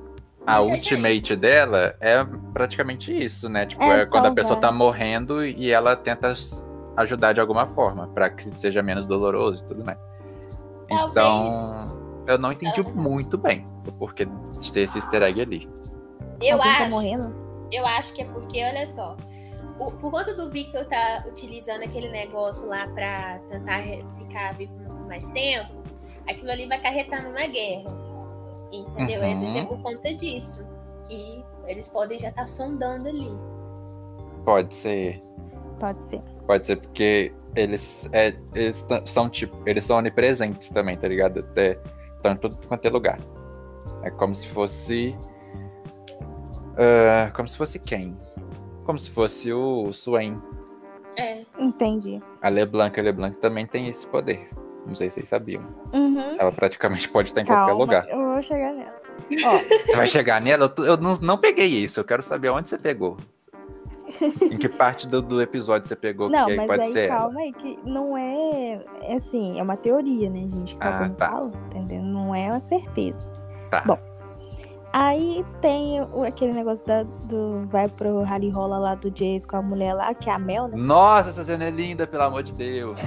S3: a
S1: Muita
S3: ultimate dela é praticamente isso, né? Tipo,
S2: É,
S3: é, quando a
S2: salvar.
S3: pessoa tá morrendo e ela tenta s- ajudar de alguma forma, pra que seja menos doloroso e tudo mais.
S1: Talvez.
S3: Então, eu não entendi
S1: Ela-
S3: muito bem o porquê de ter esse easter egg ali.
S1: Eu
S2: Alguém tá
S1: acho.
S2: morrendo?
S1: Eu acho que é porque, olha só. o- por conta do Victor tá utilizando aquele negócio lá pra tentar re- ficar vivo por mais tempo, aquilo ali vai acarretar numa guerra. Entendeu?
S3: Uhum.
S1: Às vezes é por conta disso. Que eles podem já estar sondando ali.
S3: Pode ser.
S2: Pode ser.
S3: Pode ser porque eles, é, eles t- são tipo. Eles são onipresentes também, tá ligado? Até, estão em tudo quanto é lugar. É como se fosse. ah, como se fosse quem? Como se fosse o Swain.
S1: É.
S2: Entendi.
S3: A Leblanc, a Leblanc também tem esse poder. Não sei se vocês sabiam.
S2: Uhum.
S3: Ela praticamente pode estar em
S2: Calma,
S3: qualquer lugar.
S2: eu vou chegar nela. Ó,
S3: Você vai chegar nela? Eu, tô- eu não, não peguei isso. Eu quero saber onde você pegou. em que parte do, do episódio você pegou?
S2: não,
S3: que aí
S2: mas
S3: pode
S2: aí
S3: ser ela.
S2: calma aí, que não é, é assim, é uma teoria, né, gente, que tá
S3: Ah,
S2: todo mundo
S3: tá.
S2: fala, entendeu? Não é uma certeza.
S3: Tá.
S2: Bom, aí tem o- aquele negócio da, do, vai pro rally rola lá do Jace com a mulher lá, que é a Mel, né?
S3: Nossa, essa cena é linda, pelo amor de Deus.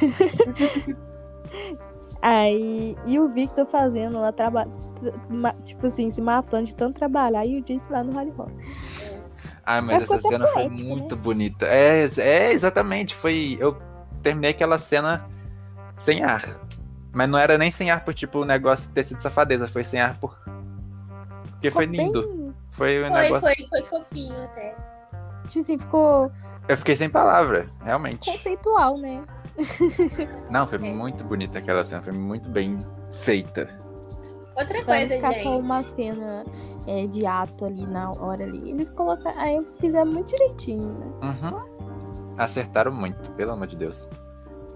S2: Aí, e o Victor fazendo lá, traba, t- ma- tipo assim, se matando de tanto trabalhar, e o Jace lá no rally rola.
S3: Ah,
S2: Mas
S3: mas
S2: ficou
S3: essa
S2: até
S3: cena foi
S2: poético, né?
S3: muito bonita. É, ex- é, exatamente. Foi. Eu terminei aquela cena sem ar. Mas não era nem sem ar por tipo o negócio ter sido safadeza, foi sem ar por. Porque foi
S2: Ficou
S3: lindo.
S2: bem-
S3: Foi um
S1: Foi,
S3: negócio.
S1: foi, foi fofinho até.
S2: tipo assim, ficou
S3: Eu fiquei sem palavra, realmente.
S2: conceitual, né?
S3: Não, foi
S1: É.
S3: muito bonita aquela cena, foi muito bem feita.
S1: Outra
S2: Pra não
S1: coisa,
S2: ficar
S1: gente.
S2: só uma cena é, de ato ali na hora ali. Eles colocaram. Aí fizeram muito direitinho, né?
S3: Uhum. Acertaram muito, pelo amor de Deus.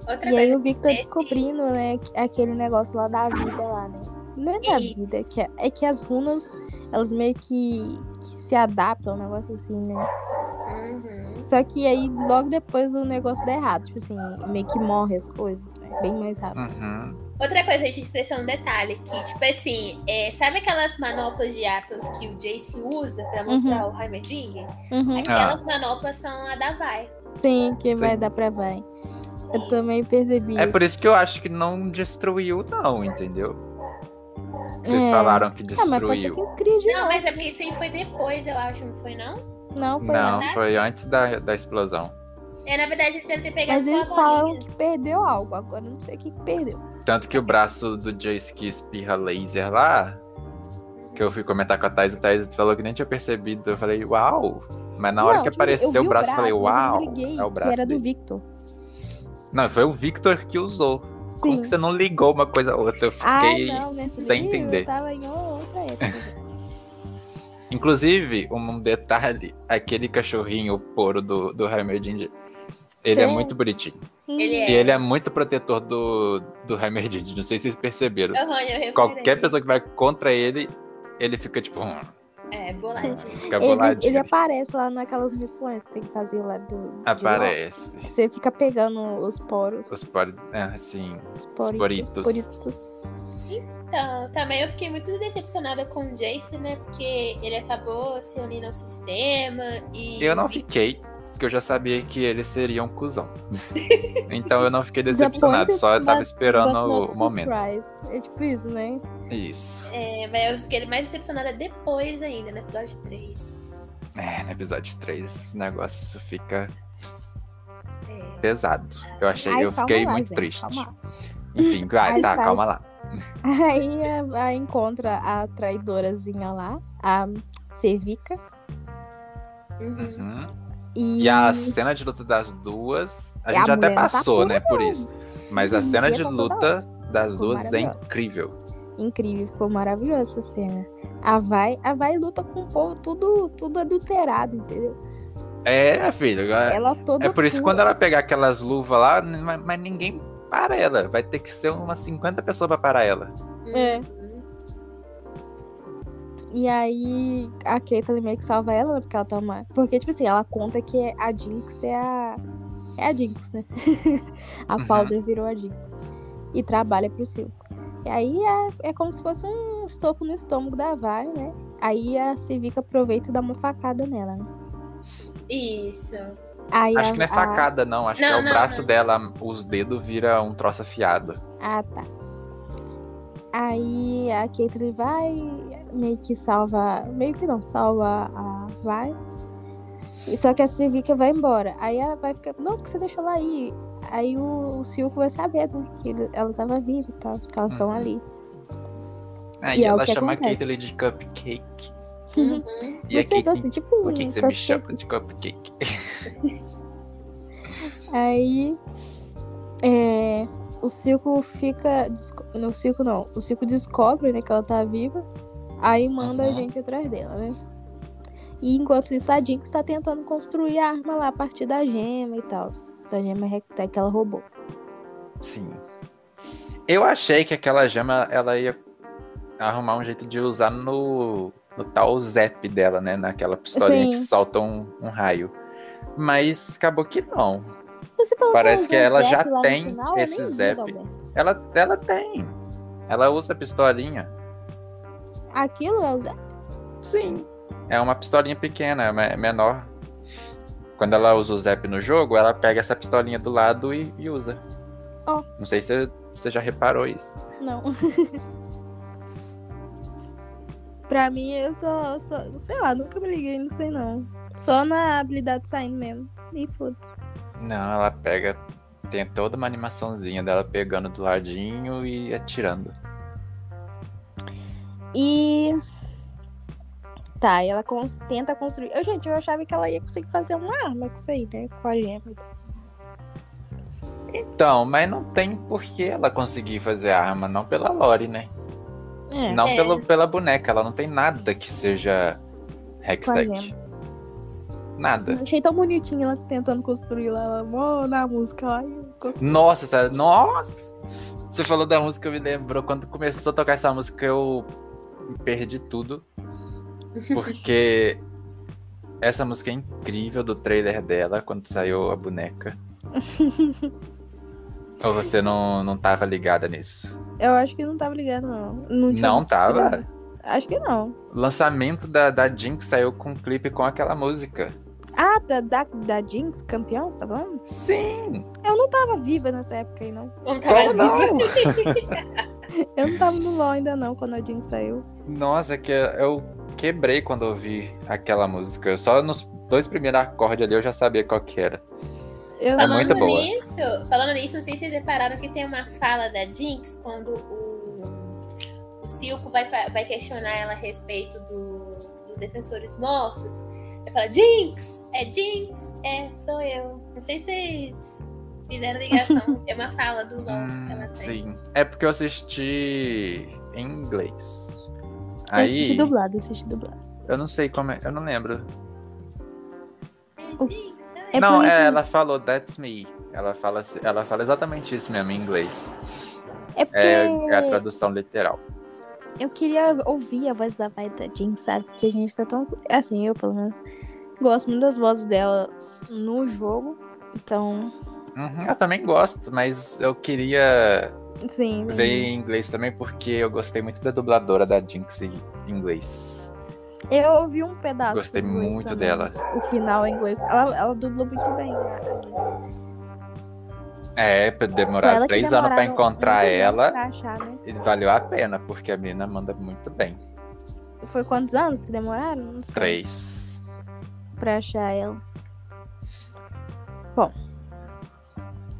S1: Outra
S2: e aí
S1: coisa. é
S2: o Victor
S1: esse-
S2: é descobrindo, né, aquele negócio lá da vida lá, né? Não é da
S1: Isso.
S2: vida, que é, é que as runas, elas meio que, que se adaptam, um negócio assim, né?
S1: Uhum.
S2: Só que aí logo depois o negócio dá errado, tipo assim, meio que morre as coisas, né? Bem mais rápido.
S3: Uhum.
S1: Outra coisa, a gente esqueceu um detalhe, que, tipo assim, é, sabe aquelas manoplas de Atos que o Jace usa pra mostrar o Heimerdinger?
S2: Uhum.
S3: Ah.
S2: É
S1: Aquelas manoplas são a da Vai.
S2: Sim, que vai
S3: Sim.
S2: dar pra vai. Eu também percebi.
S3: É por isso que eu acho que não destruiu, não, entendeu? Vocês
S2: É.
S3: falaram que
S2: Ah, mas pode ser
S3: destruiu.
S2: que escreve.
S1: Não, mas é porque isso aí foi depois, eu acho, não foi não?
S2: Não, foi
S3: Não,
S1: né?
S3: foi antes da, da explosão.
S1: É, na verdade, eles devem ter pegado
S2: Mas
S1: só a
S2: eles falam
S1: bolinha.
S2: que perdeu algo, agora eu não sei o que, que perdeu.
S3: Tanto que o braço do Jace que espirra laser lá, que eu fui comentar com a Thais, o Thais falou que nem tinha percebido. Eu falei, uau! Mas na hora
S2: Não,
S3: que
S2: tipo assim, eu
S3: apareceu
S2: vi
S3: o braço, eu falei,
S2: mas eu
S3: uau!
S2: não liguei
S3: é o braço
S2: que era do
S3: dele.
S2: Victor.
S3: Não, foi o Victor que usou. Como
S2: Sim.
S3: que você não ligou uma coisa a outra? Eu fiquei
S2: ah, não, minha filha,
S3: sem
S2: eu
S3: entender.
S2: tava em outra época.
S3: Inclusive, um detalhe, aquele cachorrinho poro do, do Heimerdinger, ele é
S2: Sim.
S3: muito bonitinho.
S1: Ele
S3: E
S1: é.
S3: ele é muito protetor do, do Heimerdinger, não sei se vocês perceberam.
S1: Aham, eu reparei.
S3: Qualquer pessoa que vai contra ele, ele fica tipo, hum,
S1: É, bolade.
S3: fica
S2: ele, ele
S3: boladinho.
S2: aparece lá naquelas missões que tem que fazer lá do. de
S3: Aparece.
S2: lá. Você fica pegando os poros.
S3: Os pori... é, assim,
S2: Os
S3: poritos.
S2: poritos. poritos.
S1: Então, também eu fiquei muito decepcionada com o Jace, né? Porque ele acabou se unindo ao sistema e.
S3: eu não fiquei, porque eu já sabia que ele seria um cuzão. então eu não fiquei
S2: The
S3: decepcionado,
S2: point is
S3: só eu tava
S2: but-
S3: esperando
S2: but not
S3: o momento.
S2: surprised. É tipo isso, né?
S3: Isso.
S1: É, mas eu fiquei mais decepcionada depois ainda, né, no episódio 3.
S3: É, no episódio 3 esse negócio fica
S1: É.
S3: pesado. Eu achei,
S2: Ai,
S3: eu
S2: calma
S3: fiquei
S2: lá,
S3: muito
S2: gente,
S3: triste.
S2: calma lá.
S3: Enfim, vai,
S2: Ai,
S3: tá,
S2: vai.
S3: calma lá.
S2: Aí a- a encontra a traidorazinha lá, a Cervica.
S1: Uhum.
S3: Uhum.
S2: E,
S3: E a cena de luta das duas, a
S2: E
S3: gente
S2: Hum. a
S3: até
S2: mulher tá
S3: passou,
S2: pura,
S3: né, por isso. Mas a
S2: Sim,
S3: cena
S2: dia
S3: de
S2: pra toda
S3: luta das
S2: Ficou
S3: duas é
S2: maravilhosa.
S3: incrível.
S2: Incrível, ficou maravilhosa essa cena. A vai, a vai luta com o povo tudo, tudo adulterado, entendeu?
S3: É, filho. agora-
S2: Ela toda
S3: É por isso que
S2: pura.
S3: quando ela pegar aquelas luvas lá, n- mas, mas ninguém para ela. Vai ter que ser umas 50 pessoas pra parar ela.
S2: É. E aí a Caitlyn meio que salva ela, né, porque ela toma. Porque, tipo assim, ela conta que é- a Jinx é a. É a Jinx, né? a
S3: Uhum.
S2: Powder virou a Jinx. E trabalha pro Silco. E aí é, é como se fosse um estopo no estômago da Vai, né? Aí a Civica aproveita e dá uma facada nela, né?
S1: Isso.
S2: Aí
S3: acho
S2: a-
S3: que não é
S2: a-
S3: facada, não. Acho que é
S1: Não,
S3: o
S1: não,
S3: braço
S1: não.
S3: dela, os dedos vira um troço afiado.
S2: Ah, tá. Aí a Caitlyn vai, meio que salva. Meio que não, salva a Vai. E Só que a Civica vai embora. Aí ela vai ficar. Não, porque você deixou ela aí. Aí o, o Silco vai saber, né? Que ele- ela tava viva e tal, que elas estão
S3: Uhum.
S2: ali.
S3: Aí
S2: E é o
S3: ela
S2: que
S3: chama
S2: acontece.
S3: a Caitlyn de cupcake.
S1: Uhum.
S3: E a
S2: você
S3: Caitlyn,
S2: doce, tipo um
S3: por que, que você me
S2: cupcake.
S3: chama de cupcake?
S2: Aí é, o circo fica. desco- Não, o circo não. O circo descobre né, que ela tá viva. Aí manda a
S3: Uhum.
S2: gente atrás dela, né? E enquanto isso, a Jinx tá tentando construir a arma lá a partir da gema e tal. Da gema Hextech que ela roubou.
S3: Sim. Eu achei que aquela gema, ela ia arrumar um jeito de usar no, no tal Zep dela, né? Naquela
S2: Sim.
S3: pistolinha que solta um, um raio. Mas acabou que não.
S2: Você colocou
S3: Parece
S2: os
S3: que
S2: dois
S3: ela já
S2: Zep lá no
S3: tem
S2: final? Eu
S3: esse
S2: nem vi,
S3: Zep.
S2: Adalberto.
S3: Ela, ela tem. Ela usa a pistolinha.
S2: Aquilo é o Zep?
S3: Sim. É uma pistolinha pequena, é me- menor. Quando ela usa o Zep no jogo, ela pega essa pistolinha do lado e, e usa.
S2: Ó.
S3: Não sei se você já reparou isso.
S2: Não. pra mim, eu só, só. Sei lá, nunca me liguei, não sei não. Só na habilidade saindo mesmo. E foda-se.
S3: Não, ela pega. Tem toda uma animaçãozinha dela pegando do ladinho e atirando.
S2: E. Tá, e ela cons- tenta construir. Eu, gente, eu achava que ela ia conseguir fazer uma arma com isso aí, né? Com a gema. e tal.
S3: Então, mas não tem por que ela conseguir fazer a arma, não pela Lore, né?
S2: É.
S3: Não
S1: É.
S3: pelo, pela boneca, ela não tem nada que seja Hextech. Nada.
S2: Eu Achei tão bonitinha ela tentando construir lá, ela mó na música lá. e eu gostei.
S3: Nossa, essa- nossa! Você falou da música, me lembrou. Quando começou a tocar essa música, eu perdi tudo. Porque essa música é incrível do trailer dela, quando saiu a boneca. Ou você não, não tava ligada nisso?
S2: Eu acho que não tava ligado, não. Não, tinha
S3: Não
S2: visto
S3: tava?
S2: nada. Acho que não.
S3: Lançamento da, da Jinx saiu com um clipe com aquela música.
S2: Ah, da, da, da Jinx, campeão, você tá falando?
S3: Sim!
S2: Eu não tava viva nessa época aí, não.
S1: Vamos trabalhar.
S3: Como não?
S2: Eu não tava no LOL ainda, não, quando a Jinx saiu.
S3: Nossa, que eu quebrei quando ouvi aquela música. Só nos dois primeiros acordes ali eu já sabia qual que era.
S2: Eu
S3: É
S2: não-
S3: muito
S1: Falando
S3: boa.
S1: nisso, falando nisso, não sei se vocês repararam que tem uma fala da Jinx quando o, o Silco vai, fa- vai questionar ela a respeito do- dos defensores mortos. Ela fala, Jinx, é Jinx, é, sou eu. Não sei se vocês fizeram ligação. é uma fala do LOL que ela
S3: Hum,
S1: tem.
S3: sim. É porque eu assisti em inglês.
S2: Eu assisti
S3: Aí,
S2: dublado, eu assisti dublado.
S3: eu não sei como é, eu não lembro.
S1: É Jinx, é.
S2: É
S3: não,
S2: porque-
S3: é, ela falou that's me. Ela fala, assim- ela fala exatamente isso mesmo em inglês.
S2: É porque
S3: É, é a tradução literal.
S2: eu queria ouvir a voz da vai da Jinx, sabe? Porque a gente tá tão. Assim, eu pelo menos. Gosto muito das vozes delas no jogo. Então,
S3: Uhum, eu também gosto, mas eu queria
S2: sim.
S3: ver em inglês também porque eu gostei muito da dubladora da Jinx em inglês.
S2: Eu ouvi um pedaço.
S3: Gostei
S2: em inglês
S3: muito
S2: também,
S3: dela.
S2: O final em inglês. Ela, ela dublou muito bem a a Jinx.
S3: É,
S2: Foi ela
S3: demorar
S2: que
S3: três anos pra
S2: demoraram
S3: encontrar
S2: muitos anos
S3: ela.
S2: pra achar, né?
S3: E valeu a pena, porque a menina manda muito bem.
S2: Foi quantos anos que demoraram? Não sei.
S3: Três.
S2: pra achar ela. Bom,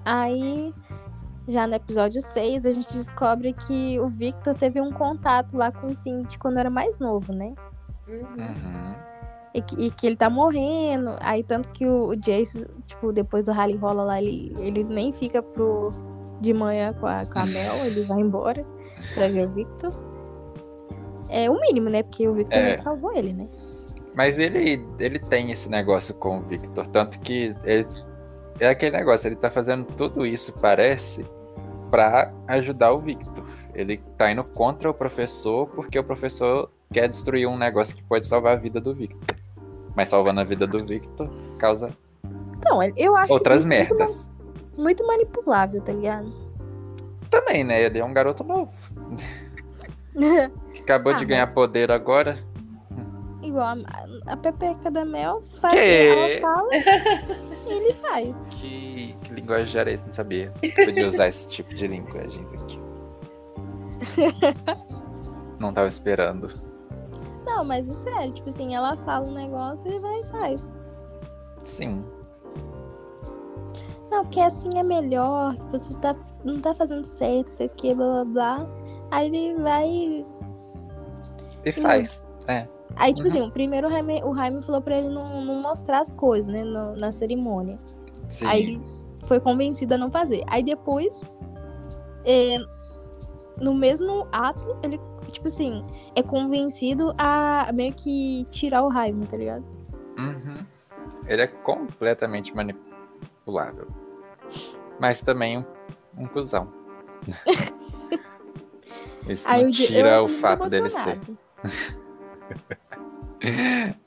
S2: aí já no episódio 6 a gente descobre que o Victor teve um contato lá com o Cinti quando era mais novo, né?
S1: Uhum.
S3: Uhum.
S2: E, que- e que ele tá morrendo. Aí tanto que o, o Jace, tipo, depois do rally rola lá, ele, ele nem fica pro de manhã com a, com a Mel, ele vai embora pra ver o Victor. É o mínimo, né? Porque o Victor
S3: É.
S2: meio que salvou ele, né?
S3: Mas ele, ele tem esse negócio com o Victor, tanto que ele, é aquele negócio, ele tá fazendo tudo isso, parece, pra ajudar o Victor. Ele tá indo contra o professor porque o professor quer destruir um negócio que pode salvar a vida do Victor. Mas salvando a vida do Victor causa
S2: Então, eu acho
S3: outras
S2: isso muito
S3: merdas.
S2: ma- muito manipulável, tá ligado?
S3: Também, né? Ele é um garoto novo. Que acabou
S2: Ah,
S3: de
S2: mas-
S3: ganhar poder agora.
S2: Igual a, a Pepeca da Mel faz o
S3: Que?
S2: que ela fala e ele faz.
S3: Que, que linguagem era esse? Não sabia. Podia usar esse tipo de linguagem aqui. Não tava esperando.
S2: Não, mas é sério, tipo assim, ela fala um negócio e vai e faz.
S3: Sim.
S2: Não, porque assim é melhor, que você tá, não tá fazendo certo, sei o que, blá blá blá. Aí ele vai.
S3: E faz.
S2: Aí, tipo
S3: Uhum.
S2: assim, o primeiro o Jaime, o Jaime falou pra ele não, não mostrar as coisas, né, no- na cerimônia.
S3: Sim.
S2: Aí ele foi convencido a não fazer. Aí depois, é, no mesmo ato, ele, tipo assim, é convencido a meio que tirar o Raimon, tá ligado?
S3: Uhum. Ele é completamente manipulável. Mas também um, um cuzão. Isso
S2: Aí
S3: não
S2: o Di- eu
S3: tira
S2: achei
S3: o
S2: muito
S3: fato dele ser.
S2: emocionado.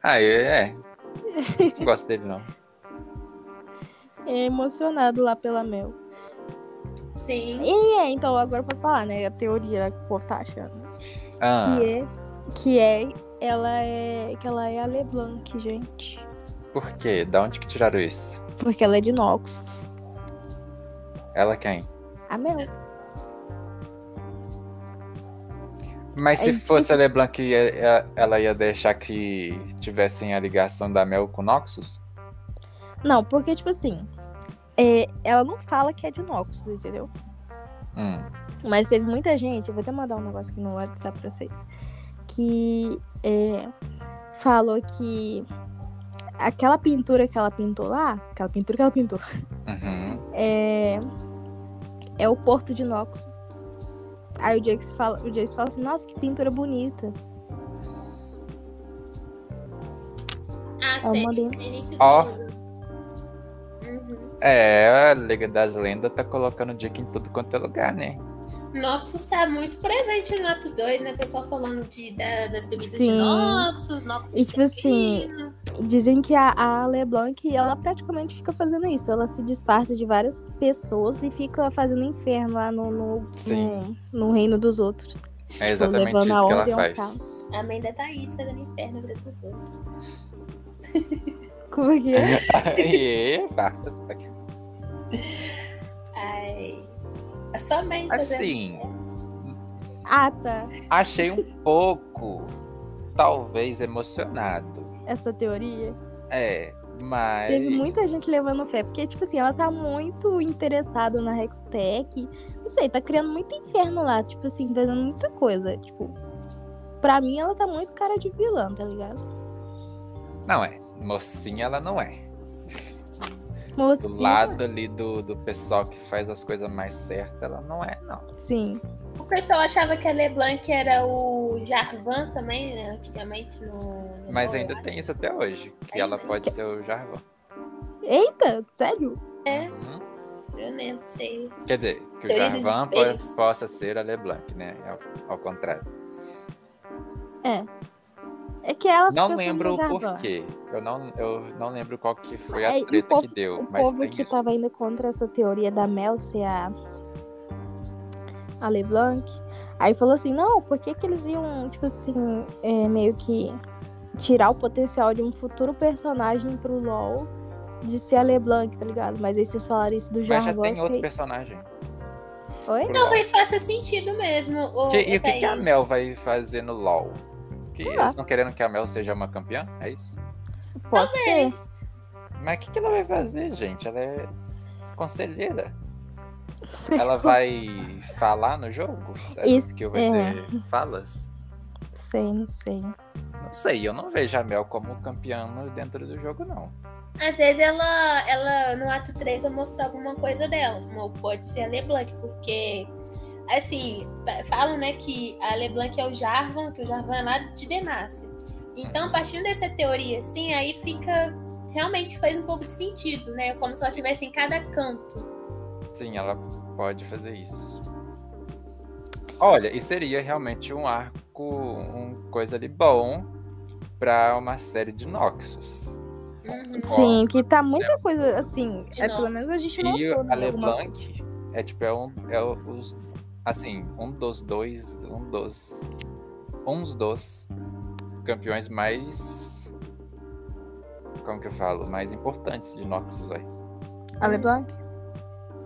S3: Ah, é. é. Não gosto dele, não.
S2: É emocionado lá pela Mel.
S1: Sim.
S2: E é, então agora eu posso falar, né? A teoria que o povo tá achando.
S3: Ah,
S2: Que é. Que é. Ela é. Que ela é a Leblanc, gente.
S3: por quê? Da onde que tiraram isso?
S2: Porque ela é de Nox.
S3: Ela quem?
S2: A Mel.
S3: Mas
S2: É
S3: se
S2: difícil.
S3: fosse a LeBlanc, ia- ia- ela ia deixar que tivessem a ligação da Mel com o Noxus?
S2: Não, porque, tipo assim. é, ela não fala que é de Nox, entendeu?
S3: Hum,
S2: Mas teve muita gente, eu vou até mandar um negócio aqui no WhatsApp pra vocês, que é, falou que aquela pintura que ela pintou lá, aquela pintura que ela pintou,
S3: uhum.
S2: é, é o Porto de Noxus. Aí o Jace fala, o Jace fala assim, nossa, que pintura bonita.
S1: Ah,
S2: Eu
S1: sei.
S2: mandei.
S1: No início
S3: Ó.
S1: do jogo. Uhum.
S3: É, a Liga das Lendas tá colocando dica em tudo quanto é lugar, né?
S1: Noxus tá muito presente no ato 2, né? O pessoal falando de, da- das bebidas de
S2: Sim.
S1: Noxus, Noxus
S2: E,
S1: isso,
S2: tipo assim,
S1: aquilo.
S2: Dizem que a, a LeBlanc, ela praticamente fica fazendo isso. Ela se disfarça de várias pessoas e fica fazendo inferno lá no, no,
S3: Sim.
S2: no- no reino dos outros.
S3: É
S2: Tipo,
S3: exatamente
S2: levando a
S3: isso que ela
S2: ordem ao
S3: faz.
S2: caos.
S1: A mãe da Thaís fazendo inferno pra pessoa.
S2: Como é que é?
S3: Epa.
S1: Ai. A sua mãe
S2: é.
S1: fazendo.
S3: Assim,
S2: Ah, tá.
S3: achei um pouco, talvez, emocionado.
S2: Essa teoria.
S3: É, mas.
S2: Teve muita gente levando fé. Porque, tipo assim, ela tá muito interessada na Hextech. Não sei, tá criando muito inferno lá. Tipo assim, fazendo muita coisa. Tipo, pra mim, ela tá muito cara de vilã, tá ligado?
S3: Não é. Mocinha ela não é.
S2: Mocinha,
S3: Do lado ali do, do pessoal que faz as coisas mais certas, ela não é, não.
S2: sim.
S1: O pessoal achava que a LeBlanc era o Jarvan também, né? Antigamente no. no
S3: Mas
S1: LOL.
S3: ainda tem isso até hoje. Que
S1: Aí
S3: ela
S1: sim.
S3: pode ser o Jarvão.
S2: Eita, sério?
S1: É,
S3: Uhum.
S1: eu nem sei.
S3: Quer dizer, que
S1: Teoria
S3: o
S1: dos
S3: Jarvan po-
S1: espelhos.
S3: possa, ser a LeBlanc, né? Ao, ao contrário.
S2: É que ela se
S3: não
S2: transforma
S3: lembro
S2: no
S3: o
S2: Jarvan.
S3: porquê. Eu não, eu não lembro qual que foi
S2: É,
S3: a
S2: e o
S3: treta
S2: povo-
S3: que deu.
S2: O
S3: mas
S2: povo
S3: tem
S2: que tá
S3: isso.
S2: tava indo contra essa teoria da Mel ser a, a LeBlanc, aí falou assim, não, por que que eles iam, tipo assim, é, meio que tirar o potencial de um futuro personagem pro LoL de ser a LeBlanc, tá ligado? Mas aí vocês falaram isso do
S3: Mas já
S2: Jarvan.
S3: tem
S2: eu
S3: outro
S2: fiquei,
S3: personagem.
S2: Oi?
S3: Pro LOL.
S1: Talvez faça sentido mesmo. ô,
S3: Que- e o que,
S1: Thaís.
S3: que a Mel vai fazer no LOL? Que
S2: é Sei
S3: eles
S2: lá.
S3: estão querendo que a Mel seja uma campeã? É isso?
S2: Pode
S1: É
S2: ser.
S1: Talvez.
S3: Mas o que, que ela vai fazer, gente? Ela é conselheira. Ela vai falar no jogo? Sabe?
S2: Isso,
S3: Que vai
S2: é.
S3: ser falas?
S2: Sei, não sei.
S3: Não sei, eu não vejo a Mel como campeã no- dentro do jogo, não.
S1: Às vezes ela, ela no ato 3 vai mostrar alguma coisa dela. Ou pode ser a LeBlanc, porque assim, pa- falam né que a LeBlanc é o Jarvan, que o Jarvan é lá de Demacia. Então, partindo dessa teoria assim, aí fica realmente faz um pouco de sentido, né? Como se ela tivesse em cada canto.
S3: Sim, ela pode fazer isso. Olha, e seria realmente um arco, um coisa ali bom pra uma série de Noxus.
S1: Uhum.
S2: Sim, que tá muita coisa assim.
S1: De
S2: É, pelo
S1: novo.
S2: menos a gente
S3: E
S2: notou,
S3: Né? a
S2: né? algumas coisas.
S3: LeBlanc é tipo, é um. É os, assim, um dos dois. Um dos. Uns dos campeões mais. Como que eu falo? Mais importantes de Noxus aí.
S2: A LeBlanc?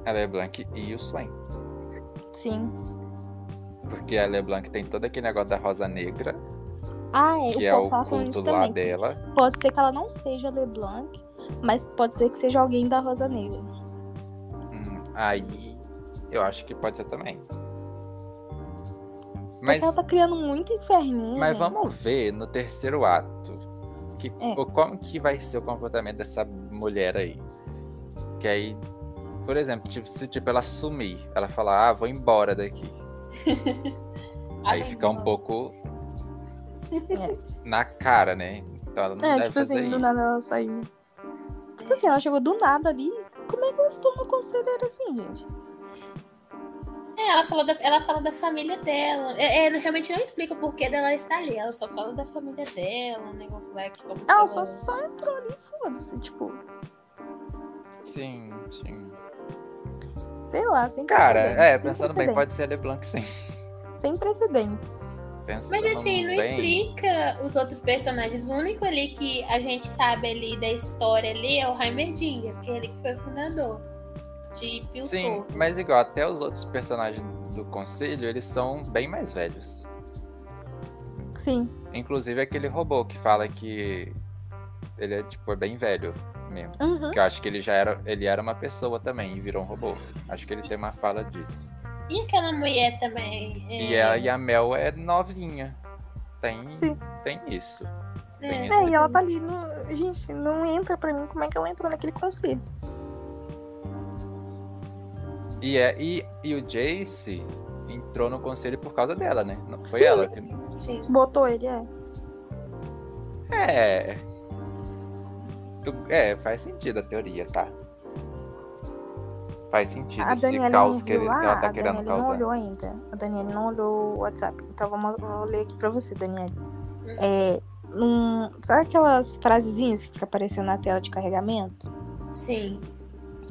S3: A LeBlanc e o Swain.
S2: Sim.
S3: Porque a LeBlanc tem todo aquele negócio da Rosa Negra,
S2: Ah, é,
S3: que
S2: o
S3: é
S2: povo
S3: o
S2: tava falando isso
S3: culto lá
S2: também. que
S3: dela.
S2: Pode ser que ela não seja LeBlanc, mas pode ser que seja alguém da Rosa Negra.
S3: Hum, Aí eu acho que pode ser também.
S2: Mas
S3: Mas
S2: ela tá criando muito inferninho. né?
S3: Mas
S2: gente.
S3: vamos ver no terceiro ato que,
S2: É.
S3: o- como que vai ser o comportamento dessa mulher aí. Que aí, por exemplo, tipo, se tipo, ela sumir, ela falar, ah, vou embora daqui.
S2: Ah,
S3: aí fica um pouco na cara, né? Então ela não
S2: É,
S3: deve
S2: tipo
S3: fazer
S2: assim,
S3: isso.
S2: do nada ela saiu. Tipo assim, ela chegou do nada ali. Como é que ela se tornou conselheira assim, gente?
S1: É, ela, falou da, ela fala da família dela. É, é, realmente não explica o porquê dela estar ali. Ela só fala da família dela, um negócio lá que como se
S2: Ela só, só entrou ali e foda-se. Tipo,
S3: Sim, sim.
S2: sei lá, sem
S3: Cara,
S2: precedentes.
S3: é,
S2: sem
S3: pensando bem,
S2: precedentes,
S3: pode ser a LeBlanc sim.
S2: Sem precedentes.
S3: Pensando
S1: Mas assim, não
S3: bem,
S1: explica os outros personagens. O único ali que a gente sabe ali da história ali é o Heimerdinger, porque ele que foi o fundador de Piltor.
S3: Sim, mas igual, até os outros personagens do conselho, eles são bem mais velhos.
S2: Sim.
S3: Inclusive aquele robô que fala que ele é tipo é bem velho mesmo.
S2: Uhum.
S3: Que eu acho que ele já era, ele era uma pessoa também e virou um robô. Acho que ele tem uma fala disso.
S1: E aquela mulher também. é,
S3: E ela e a Mel é novinha. Tem
S2: Sim.
S3: tem isso.
S1: é.
S3: tem
S2: É, e ela tá ali. no- Gente, não entra pra mim como é que ela entrou naquele conselho.
S3: E é e, e o Jace entrou no conselho por causa dela, né? Não foi
S2: Sim.
S3: ela que
S1: Sim.
S2: Botou ele, é.
S3: É. Tu- É, faz sentido a teoria, tá? Faz sentido
S2: A
S3: esse
S2: Daniela não
S3: caos que
S2: viu
S3: ele-
S2: lá,
S3: ela tá
S2: a
S3: querendo
S2: Daniela não
S3: causar.
S2: olhou ainda. A Daniela não olhou o WhatsApp. Então vamos, vou ler aqui pra você, Daniela.
S1: Hum.
S2: É, num- sabe aquelas frasezinhas que fica aparecendo na tela de carregamento?
S1: Sim.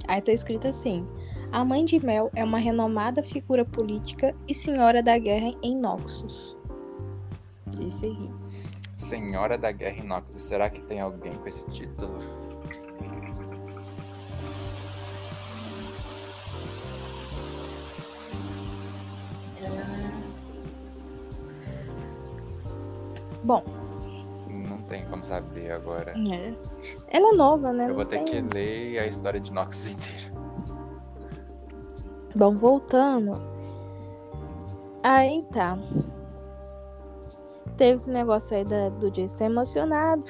S2: Aí tá escrito assim: A mãe de Mel é uma renomada figura política e senhora da guerra em Noxus. Isso é aí.
S3: Senhora da Guerra Inox. Será que tem alguém com esse título?
S1: É.
S2: Bom.
S3: Não tem como saber agora.
S2: É. Ela é nova, né?
S3: Eu vou
S2: Não
S3: ter
S2: tem-
S3: que ler a história de Nox inteira.
S2: Bom, voltando. Aí tá. Teve esse negócio aí da- do dia estar emocionado.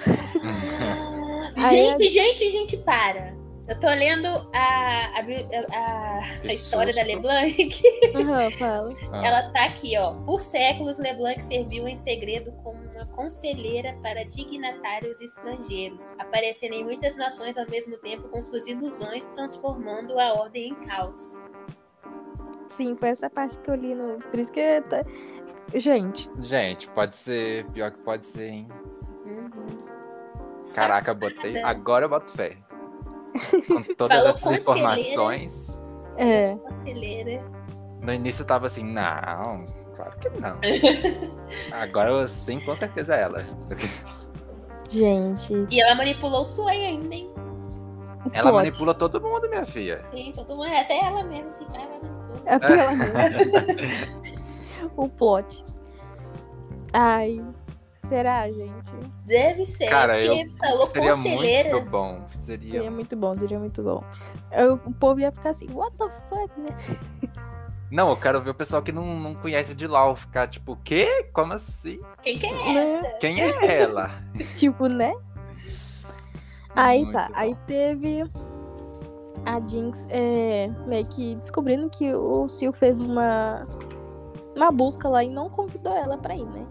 S2: Aí é
S1: Gente, gente, gente, para. Eu tô lendo a, a, bi- a- a
S3: Que
S1: história da
S3: susto.
S1: Leblanc.
S2: Aham, fala.
S3: Ah,
S1: Ela tá aqui, ó. Por séculos, Leblanc serviu em segredo como uma conselheira para dignatários estrangeiros, aparecendo em muitas nações ao mesmo tempo com suas ilusões, transformando a ordem em caos.
S2: Sim, foi essa parte que eu li no. Por isso que. eu tá- Gente,
S3: Gente, pode ser. Pior que pode ser, hein?
S1: Uhum.
S3: Caraca, botei. Agora eu boto fé. Com todas
S1: Falou
S3: essas
S1: conselheira.
S3: informações.
S2: é.
S1: Safada Conselheira.
S3: No início eu tava assim, não, claro que não. Agora eu sim, com certeza é ela.
S2: Gente.
S1: E ela manipulou o Suei ainda, hein?
S3: Ela
S2: plot.
S3: manipula todo mundo, minha filha.
S1: Sim, todo mundo. Até ela mesma, assim, cara, ela manipulou.
S3: É.
S2: Até ela mesmo. o plot. Ai. Será, gente?
S1: Deve ser.
S3: Cara, eu-
S1: Porque falou
S3: Seria
S1: é conselheira.
S3: muito bom. Seria.
S2: Seria muito bom, seria muito bom. Eu- o povo ia ficar assim, what the fuck, né?
S3: Não, eu quero ver o pessoal que não, não conhece de LOL ficar tipo, o quê? Como assim?
S1: Quem que é
S2: Né?
S1: essa?
S3: Quem é ela?
S2: tipo, né? Aí
S3: É Muito
S2: tá,
S3: bom.
S2: aí teve a Jinx é, meio que descobrindo que o Sil fez uma, uma busca lá e não convidou ela pra ir, né?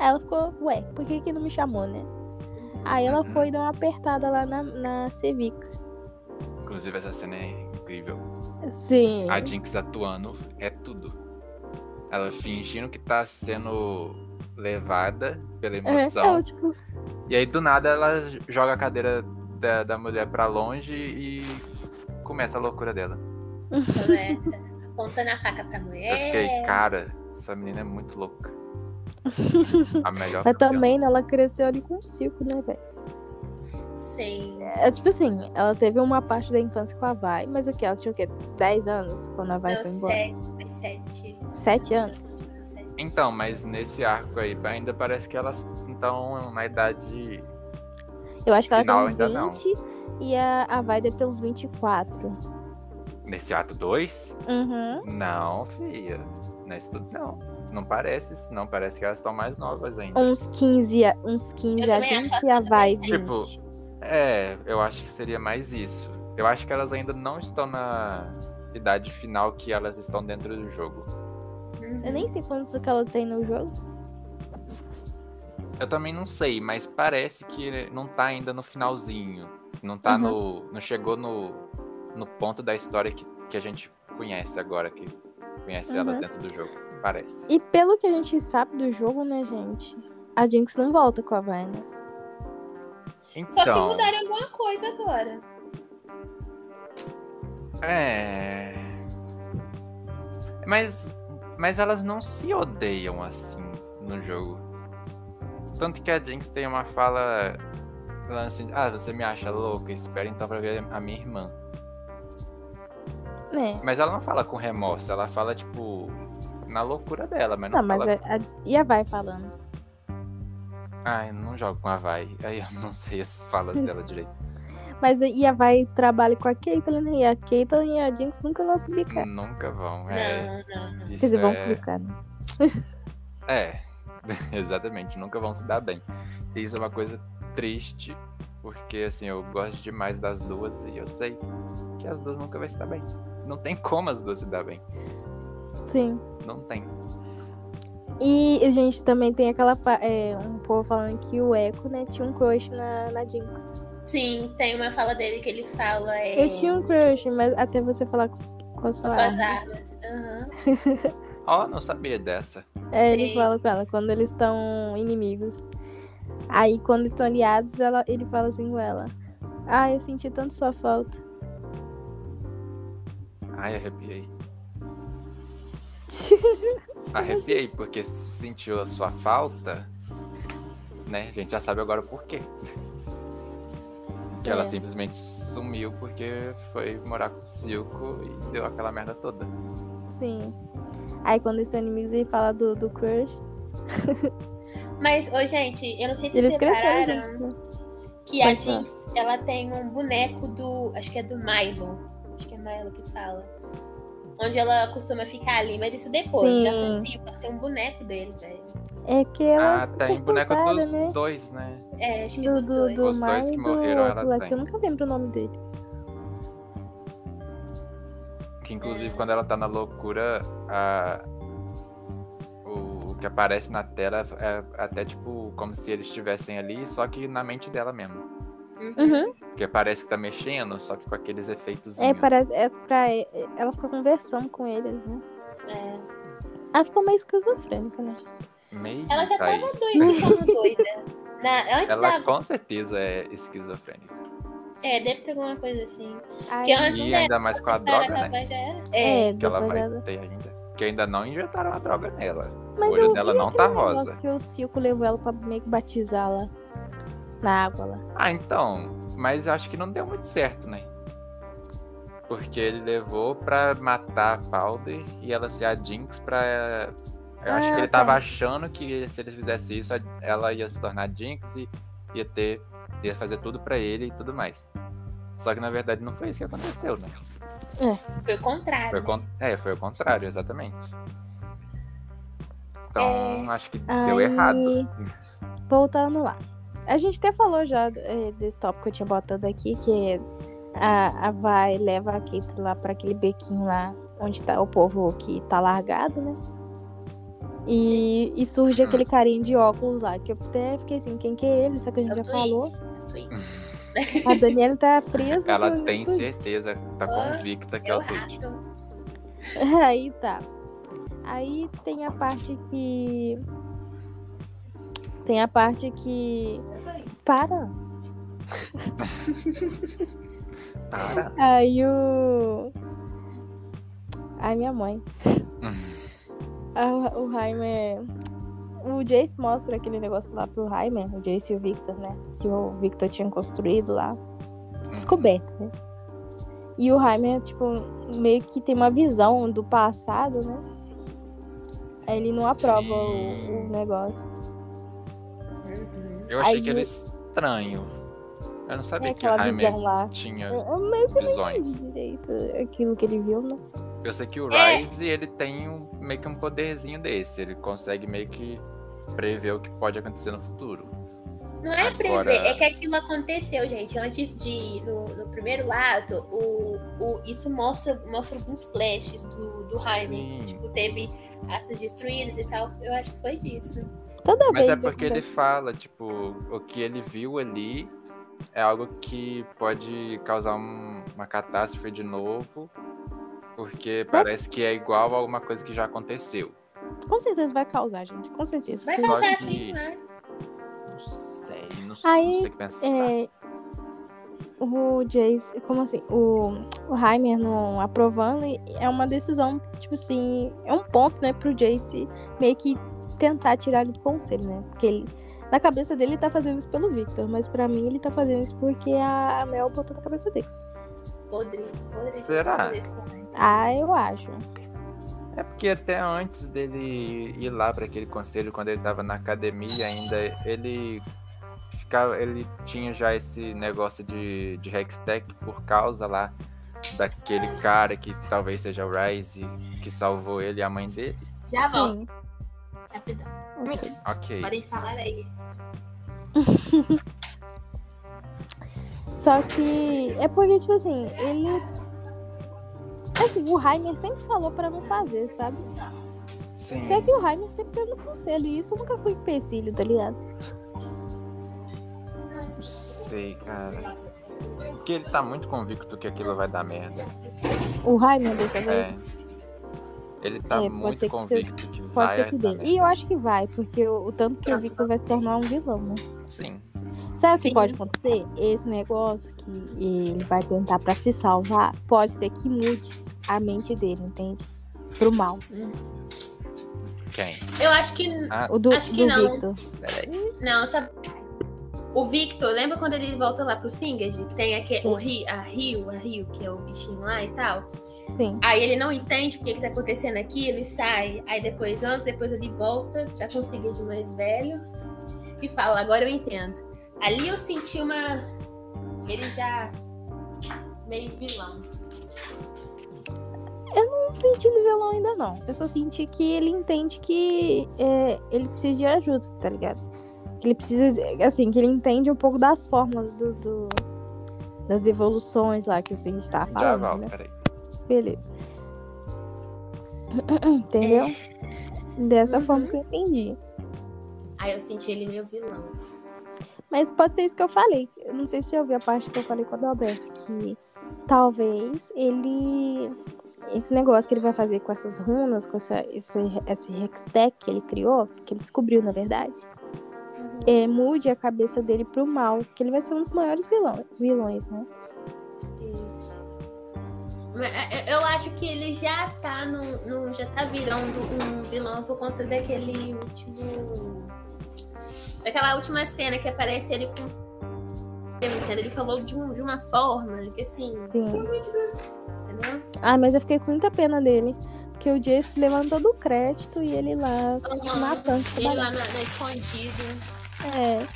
S2: Aí ela ficou, ué, por que que não me chamou, né? Aí ela
S3: Uhum.
S2: foi dar uma apertada lá na, na Cevica.
S3: Inclusive, essa cena é incrível.
S2: Sim.
S3: A Jinx atuando é tudo. Ela fingindo que tá sendo levada pela
S2: É,
S3: emoção. Tá
S2: eu, tipo,
S3: E aí do nada ela joga a cadeira da, da mulher pra longe e começa a loucura dela.
S1: Então, essa? Apontando a faca pra
S3: Eu
S2: É.
S3: fiquei,
S1: mulher.
S3: cara, essa menina é muito louca. A melhor.
S2: mas
S3: campeã.
S2: também né, ela cresceu ali com o circo, né, velho?
S1: Sim.
S2: É tipo assim, ela teve uma parte da infância com a Vai, mas o que? Ela tinha o quê? 10 anos quando a Vai
S1: Não,
S2: foi embora?
S1: sete. Foi sete.
S2: 7 anos?
S1: Não, sete.
S3: Então, mas nesse arco aí, ainda parece que elas estão na idade.
S2: Eu acho que ela
S3: Final
S2: tem
S3: ainda não.
S2: uns 20 e a, a Vai deve ter uns 24.
S3: Nesse ato 2?
S2: Uhum.
S3: Não, filha. Não é isso tudo, não. Não parece, isso, não. Parece que elas estão mais novas ainda.
S2: Uns 15, a- uns 15
S1: Eu
S2: a
S1: também acho
S2: 20
S1: que
S2: e a
S1: ela
S2: Vai
S1: tem
S2: 20.
S3: Tipo, É, eu acho que seria mais isso. Eu acho que elas ainda não estão na idade final que elas estão dentro do jogo.
S2: Eu nem sei quantos que ela tem no jogo.
S3: Eu também não sei, mas parece que não tá ainda no finalzinho. Não tá no. Não chegou no, no ponto da história que, que a gente conhece agora, que conhece
S2: Uhum.
S3: elas dentro do jogo. Parece.
S2: E pelo que a gente sabe do jogo, né, gente? A Jinx não volta com a Vai, né?
S1: Só
S3: Então,
S1: se mudarem alguma coisa agora.
S3: É. Mas, mas elas não se odeiam assim no jogo. Tanto que a Jinx tem uma fala. falando assim, ah, você me acha louca? Espera então pra ver a minha irmã.
S2: Né?
S3: Mas ela não fala com remorso, ela fala, tipo, na loucura dela, mas não,
S2: Não, mas
S3: fala.
S2: a, a- e a Vai falando? é-
S3: Ah, eu não jogo com a Vai. Aí eu não sei as falas dela direito.
S2: Mas e a Vai trabalha com a Caitlyn e a Caitlyn e a Jinx nunca vão se bicar.
S3: Nunca vão. É,
S1: Não, não.
S3: isso
S2: Quer dizer, vão
S3: é...
S2: se bicar, né?
S3: É, exatamente, nunca vão se dar bem. E Isso é uma coisa triste, porque assim, eu gosto demais das duas e eu sei que as duas nunca vai se dar bem. Não tem como as duas se dar bem.
S2: Sim.
S3: Não tem.
S2: E, gente, também tem aquela. pa- É, um povo falando que o Echo, né, tinha um crush na, na Jinx.
S1: Sim, tem uma fala dele que ele fala. É,
S2: Eu tinha um crush, mas até você falar com, com a
S1: com
S2: sua
S1: suas
S2: arma.
S1: armas. Aham.
S3: Ó, não sabia dessa.
S2: É, ele
S1: Sim.
S2: fala com ela quando eles estão inimigos. Aí quando estão aliados, ela, ele fala assim com ela. Ah, eu senti tanto sua falta.
S3: Ai, arrepiei. Arrepiei porque sentiu a sua falta, né? A gente já sabe agora por quê. Que ela
S2: É.
S3: simplesmente sumiu porque foi morar com o Silco e deu aquela merda toda.
S2: Sim. Aí quando eles estão inimigos, ele fala do, do crush.
S1: Mas, ô, gente, eu não sei se
S2: Eles
S1: vocês
S2: cresceram
S1: repararam
S2: juntos, né?
S1: que a
S2: Pode falar.
S1: Jinx, ela tem um boneco do. Acho que é do Milo. Acho que é Milo que fala. Onde ela costuma ficar ali, mas isso depois,
S2: Sim.
S1: já consigo. Ela tem um boneco dele, velho.
S2: É que ela
S3: ah,
S2: fica
S3: tem boneco
S2: perturbada,
S3: dos
S2: né?
S3: dois, né?
S1: É, acho que
S2: Do,
S1: dos
S2: do,
S1: dois.
S2: do
S3: Os dois
S2: Mar
S3: que
S2: e do
S3: morreram, ela
S2: outro lá, que
S3: tem.
S2: eu nunca lembro o nome dele.
S3: Que
S2: É.
S3: inclusive quando ela tá na loucura, a- o, o que aparece na tela é até tipo como se eles estivessem ali, só que na mente dela mesmo.
S2: Uhum.
S3: Porque parece que tá mexendo, só que com aqueles efeitos.
S2: É, parece, é pra e- ela fica conversando com eles, né?
S1: É.
S2: Ela ficou meio esquizofrênica, né?
S3: Meio
S1: Ela já tá tava
S3: Thaís.
S1: doida como doida. Na- antes
S3: Ela
S1: da.
S3: com certeza é esquizofrênica.
S1: É, deve ter alguma coisa assim.
S2: Aí,
S1: Que antes
S3: E
S1: dela
S3: ainda mais com a
S1: Cara,
S3: droga, né?
S1: capaz já era. É.
S2: é,
S3: Que ela
S2: depois
S3: vai
S2: dela.
S3: ter ainda. Que ainda não injetaram a droga nela.
S2: Mas
S3: o olho
S2: eu-
S3: dela
S2: e
S3: não tá
S2: aquele negócio
S3: rosa.
S2: que o Silco levou ela pra meio que batizar lá. Na água lá.
S3: Ah, então. Mas eu acho que não deu muito certo, né? Porque ele levou pra matar a Powder e ela ser a Jinx pra. Eu acho
S2: Ah,
S3: que ele
S2: tá.
S3: tava achando que se eles fizessem isso, a- ela ia se tornar Jinx e ia ter. ia fazer tudo pra ele e tudo mais. Só que na verdade não foi isso que aconteceu, né?
S2: É.
S1: Foi o
S3: Foi
S1: contrário.
S2: né?
S3: o con- É, foi o contrário, exatamente. Então, acho que deu
S2: É, Aí,
S3: errado.
S2: Voltando lá. A gente até falou já eh, desse tópico que eu tinha botado aqui, que a, a Vai leva a Kate lá pra aquele bequinho lá, onde tá o povo que tá largado, né? E, e surge
S3: Hum.
S2: aquele carinha de óculos lá, que eu até fiquei assim, quem que é ele? Só que a
S1: É
S2: gente
S1: o
S2: já
S1: tweet.
S2: falou.
S1: é o tweet.
S2: A Daniela tá presa.
S3: Ela
S2: no-
S3: tem
S2: no-
S3: certeza, tá
S1: Ah,
S3: convicta que
S1: É
S3: é
S1: o
S3: o Twitch.
S1: rato.
S2: Aí tá. Aí tem a parte que. Tem a parte que. Para!
S3: Para.
S2: Aí o. Ai, minha mãe. A- o Heimer. O Jace mostra aquele negócio lá pro Heimer, o Jace e o Victor, né? Que o Victor tinha construído lá. Descoberto, né? E o Heimer, tipo, meio que tem uma visão do passado, né? Aí ele não aprova o, o negócio.
S3: Eu achei
S2: Aí
S3: que era
S2: isso-
S3: estranho. Eu não
S2: É
S3: sabia que é o
S2: aquela visão
S3: Heimer
S2: lá.
S3: tinha
S2: Eu eu meio que não
S3: visões.
S2: entendi direito aquilo que ele viu, né?
S3: Eu sei que o
S1: É.
S3: Rise, ele tem um- meio que um poderzinho desse. Ele consegue meio que prever o que pode acontecer no futuro.
S1: Não é
S3: Agora-
S1: prever, é que aquilo aconteceu, gente. Antes de. No, no primeiro ato, o, o, isso mostra, mostra alguns flashes do, do Jaime.
S3: Sim.
S1: Que, tipo, teve raças destruídas e tal. Eu acho que foi disso.
S2: Toda
S3: Mas
S2: vez.
S3: é
S2: eu
S3: porque ele
S2: converso-
S3: fala, tipo, o que ele viu ali é algo que pode causar um- uma catástrofe de novo, porque parece que é igual a alguma coisa que já aconteceu.
S2: Com certeza vai causar, gente. Com certeza.
S1: Vai
S3: Só
S1: causar
S3: que-
S1: assim, né?
S3: Não sei, não, sei-
S2: Aí,
S3: não sei o que pensar.
S2: É, o Jace, como assim? O, o Heimer não aprovando e é uma decisão, tipo assim, é um ponto, né, pro Jace meio que tentar tirar ele do conselho, né? Porque ele. Na cabeça dele ele tá fazendo isso pelo Victor, mas pra mim ele tá fazendo isso porque a a Mel botou na cabeça dele.
S1: Podre. Podre de
S3: Será?
S1: fazer isso com o Jaime.
S2: Ah, eu acho.
S3: É porque até antes dele ir lá para aquele conselho, quando ele tava na academia ainda, ele ficava, ele tinha já esse negócio de, de Hextech por causa lá daquele cara que talvez seja o Rise que salvou ele e a mãe dele.
S1: Já volto,
S2: Sim.
S1: rapidão.
S2: ok.
S3: Ok.
S1: Podem falar aí.
S2: Só que é porque, tipo assim, ele. Assim, o Heimer sempre falou pra não fazer, sabe?
S3: Sim.
S2: Só que o Heimer sempre teve no conselho, e isso nunca foi empecilho, tá ligado?
S3: sei, cara. Porque ele tá muito convicto que aquilo vai dar merda.
S2: O Raimundo dessa vez?
S3: É. Ele tá
S2: É, pode
S3: muito
S2: ser que seja-
S3: convicto que, vai né?
S2: Pode ser que
S3: dar
S2: dê.
S3: merda.
S2: E eu acho que vai, porque o, o tanto que o Victor vai se tornar um vilão, né?
S3: Sim.
S2: Sabe o
S1: Sim.
S2: que pode acontecer? Esse negócio que ele vai tentar pra se salvar, pode ser que mude a mente dele, entende? Pro mal.
S3: Quem?
S1: Eu acho que.
S2: O do,
S1: Acho que
S2: do
S1: não.
S2: Victor.
S1: Não, sabe? O Victor, lembra quando ele volta lá pro Singed? Que tem aquele, o Ri, a Rio, a Rio, que é o bichinho lá e tal.
S2: Sim.
S1: Aí ele não entende porque que tá acontecendo aquilo e sai. Aí depois, anos depois, ele volta, já conseguiu de mais velho, e fala, agora eu entendo. Ali eu senti uma. Ele já. meio vilão.
S2: Não senti no vilão ainda, não. Eu só senti que ele entende que é, ele precisa de ajuda, tá ligado? Que ele precisa, de- assim, que ele entende um pouco das formas do, do- das evoluções lá que o Cindy tá
S3: Já
S2: falando,
S3: volto,
S2: né?
S3: peraí.
S2: Beleza. Entendeu? Dessa
S1: Uhum.
S2: forma que eu entendi.
S1: Aí eu senti ele meio vilão.
S2: Mas pode ser isso que eu falei. Eu não sei se você ouviu a parte que eu falei com o Adalberto, que talvez ele. Esse negócio que ele vai fazer com essas runas, com essa, esse, esse Hextech que ele criou, que ele descobriu, na verdade,
S1: Uhum.
S2: é, mude a cabeça dele pro mal, que ele vai ser um dos maiores vilão, vilões, né?
S1: Isso. Mas, é, é, Eu acho que ele já tá num, num- já tá virando um vilão por conta daquele último. Daquela última cena que aparece ele com. Eu entendo, Ele falou de, um- de uma forma que assim.
S2: Sim.
S1: Entendeu?
S2: Ah, mas eu fiquei com muita pena dele, porque o Jace levantou do crédito e ele lá
S1: Uhum.
S2: matando. esse
S1: Ele
S2: barato.
S1: lá na, na escondida.
S2: É.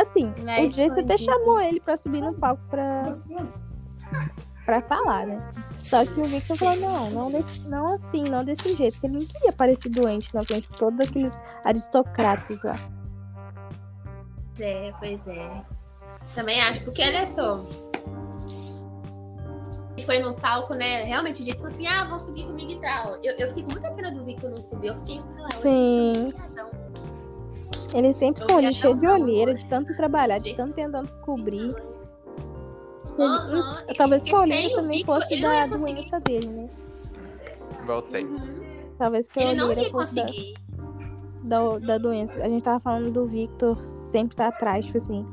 S2: Assim,
S1: Na
S2: o Jace até
S1: escondida.
S2: chamou ele pra subir no palco pra, pra falar, né? Só que o Victor falou, não, não, desse- não assim, não desse jeito, que ele não queria parecer doente na frente de todos aqueles aristocratas lá.
S1: Pois é, pois é. Também acho, porque olha só. Ele foi no palco, né? Realmente o jeito falou assim: ah, vão subir comigo e tal. Eu, eu fiquei com muita pena do Victor não subir. Eu fiquei com ela.
S2: Sim. Ele sempre
S1: Eu queria
S2: esconde, cheio de
S1: dar um
S2: olheira,
S1: amor.
S2: de tanto trabalhar, de tanto tentando descobrir. Ele-
S1: Aham,
S2: isso-
S1: e
S2: talvez
S1: porque
S2: que a
S1: sem
S2: olheira
S1: o
S2: também
S1: Victor,
S2: fosse
S1: ele não ia
S2: da
S1: conseguir.
S2: doença dele, né?
S3: Voltei.
S2: Talvez que a
S1: Ele não
S2: olheira
S1: ia
S2: fosse da,
S1: conseguir.
S2: da, da doença. A gente tava falando do Victor sempre tá atrás, tipo assim.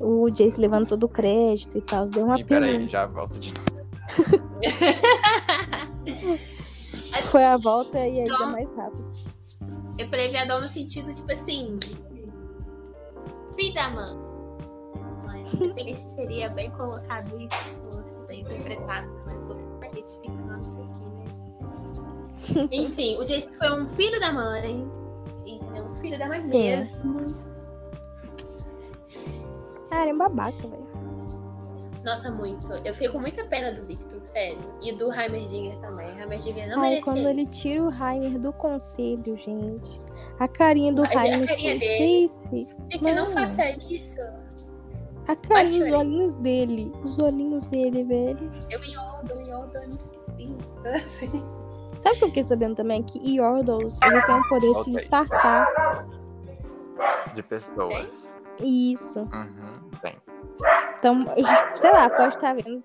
S2: O Jace levando todo o crédito e tal, deu uma
S3: Ih,
S2: pena.
S3: peraí, já volto de novo.
S2: Foi a volta e ainda
S1: Então-
S2: mais rápido.
S1: Eu falei viadão no sentido, tipo assim. Vida, mano. Esse seria bem colocado isso, se fosse bem interpretado, né? mas tô retificando isso aqui, né? Enfim, o Jason foi um filho da mãe. E é um filho da mãe
S2: Sim.
S1: mesmo.
S2: Ah, ele é um babaca, velho.
S1: Nossa, muito. Eu fico com muita pena do Victor, sério. E do Heimerdinger também. O Heimerdinger não
S2: Ai,
S1: merecia
S2: quando ele
S1: isso.
S2: tira o Heimer do conselho, gente. A carinha do
S1: Mas a
S2: Heimer
S1: carinha
S2: foi
S1: dele.
S2: Jace.
S1: Gente, não
S2: Não.
S1: faça isso.
S2: A carinha, os
S1: chorar.
S2: olhinhos dele. Os olhinhos dele, velho.
S1: Eu iodo, eu iodo, eu não assim.
S2: Sabe o que eu fiquei sabendo também? Que Yordles, ele tem o poder de se
S3: Ok.
S2: disfarçar.
S3: De pessoas.
S2: Isso.
S3: Uhum, tem.
S2: Então, sei lá, pode estar vendo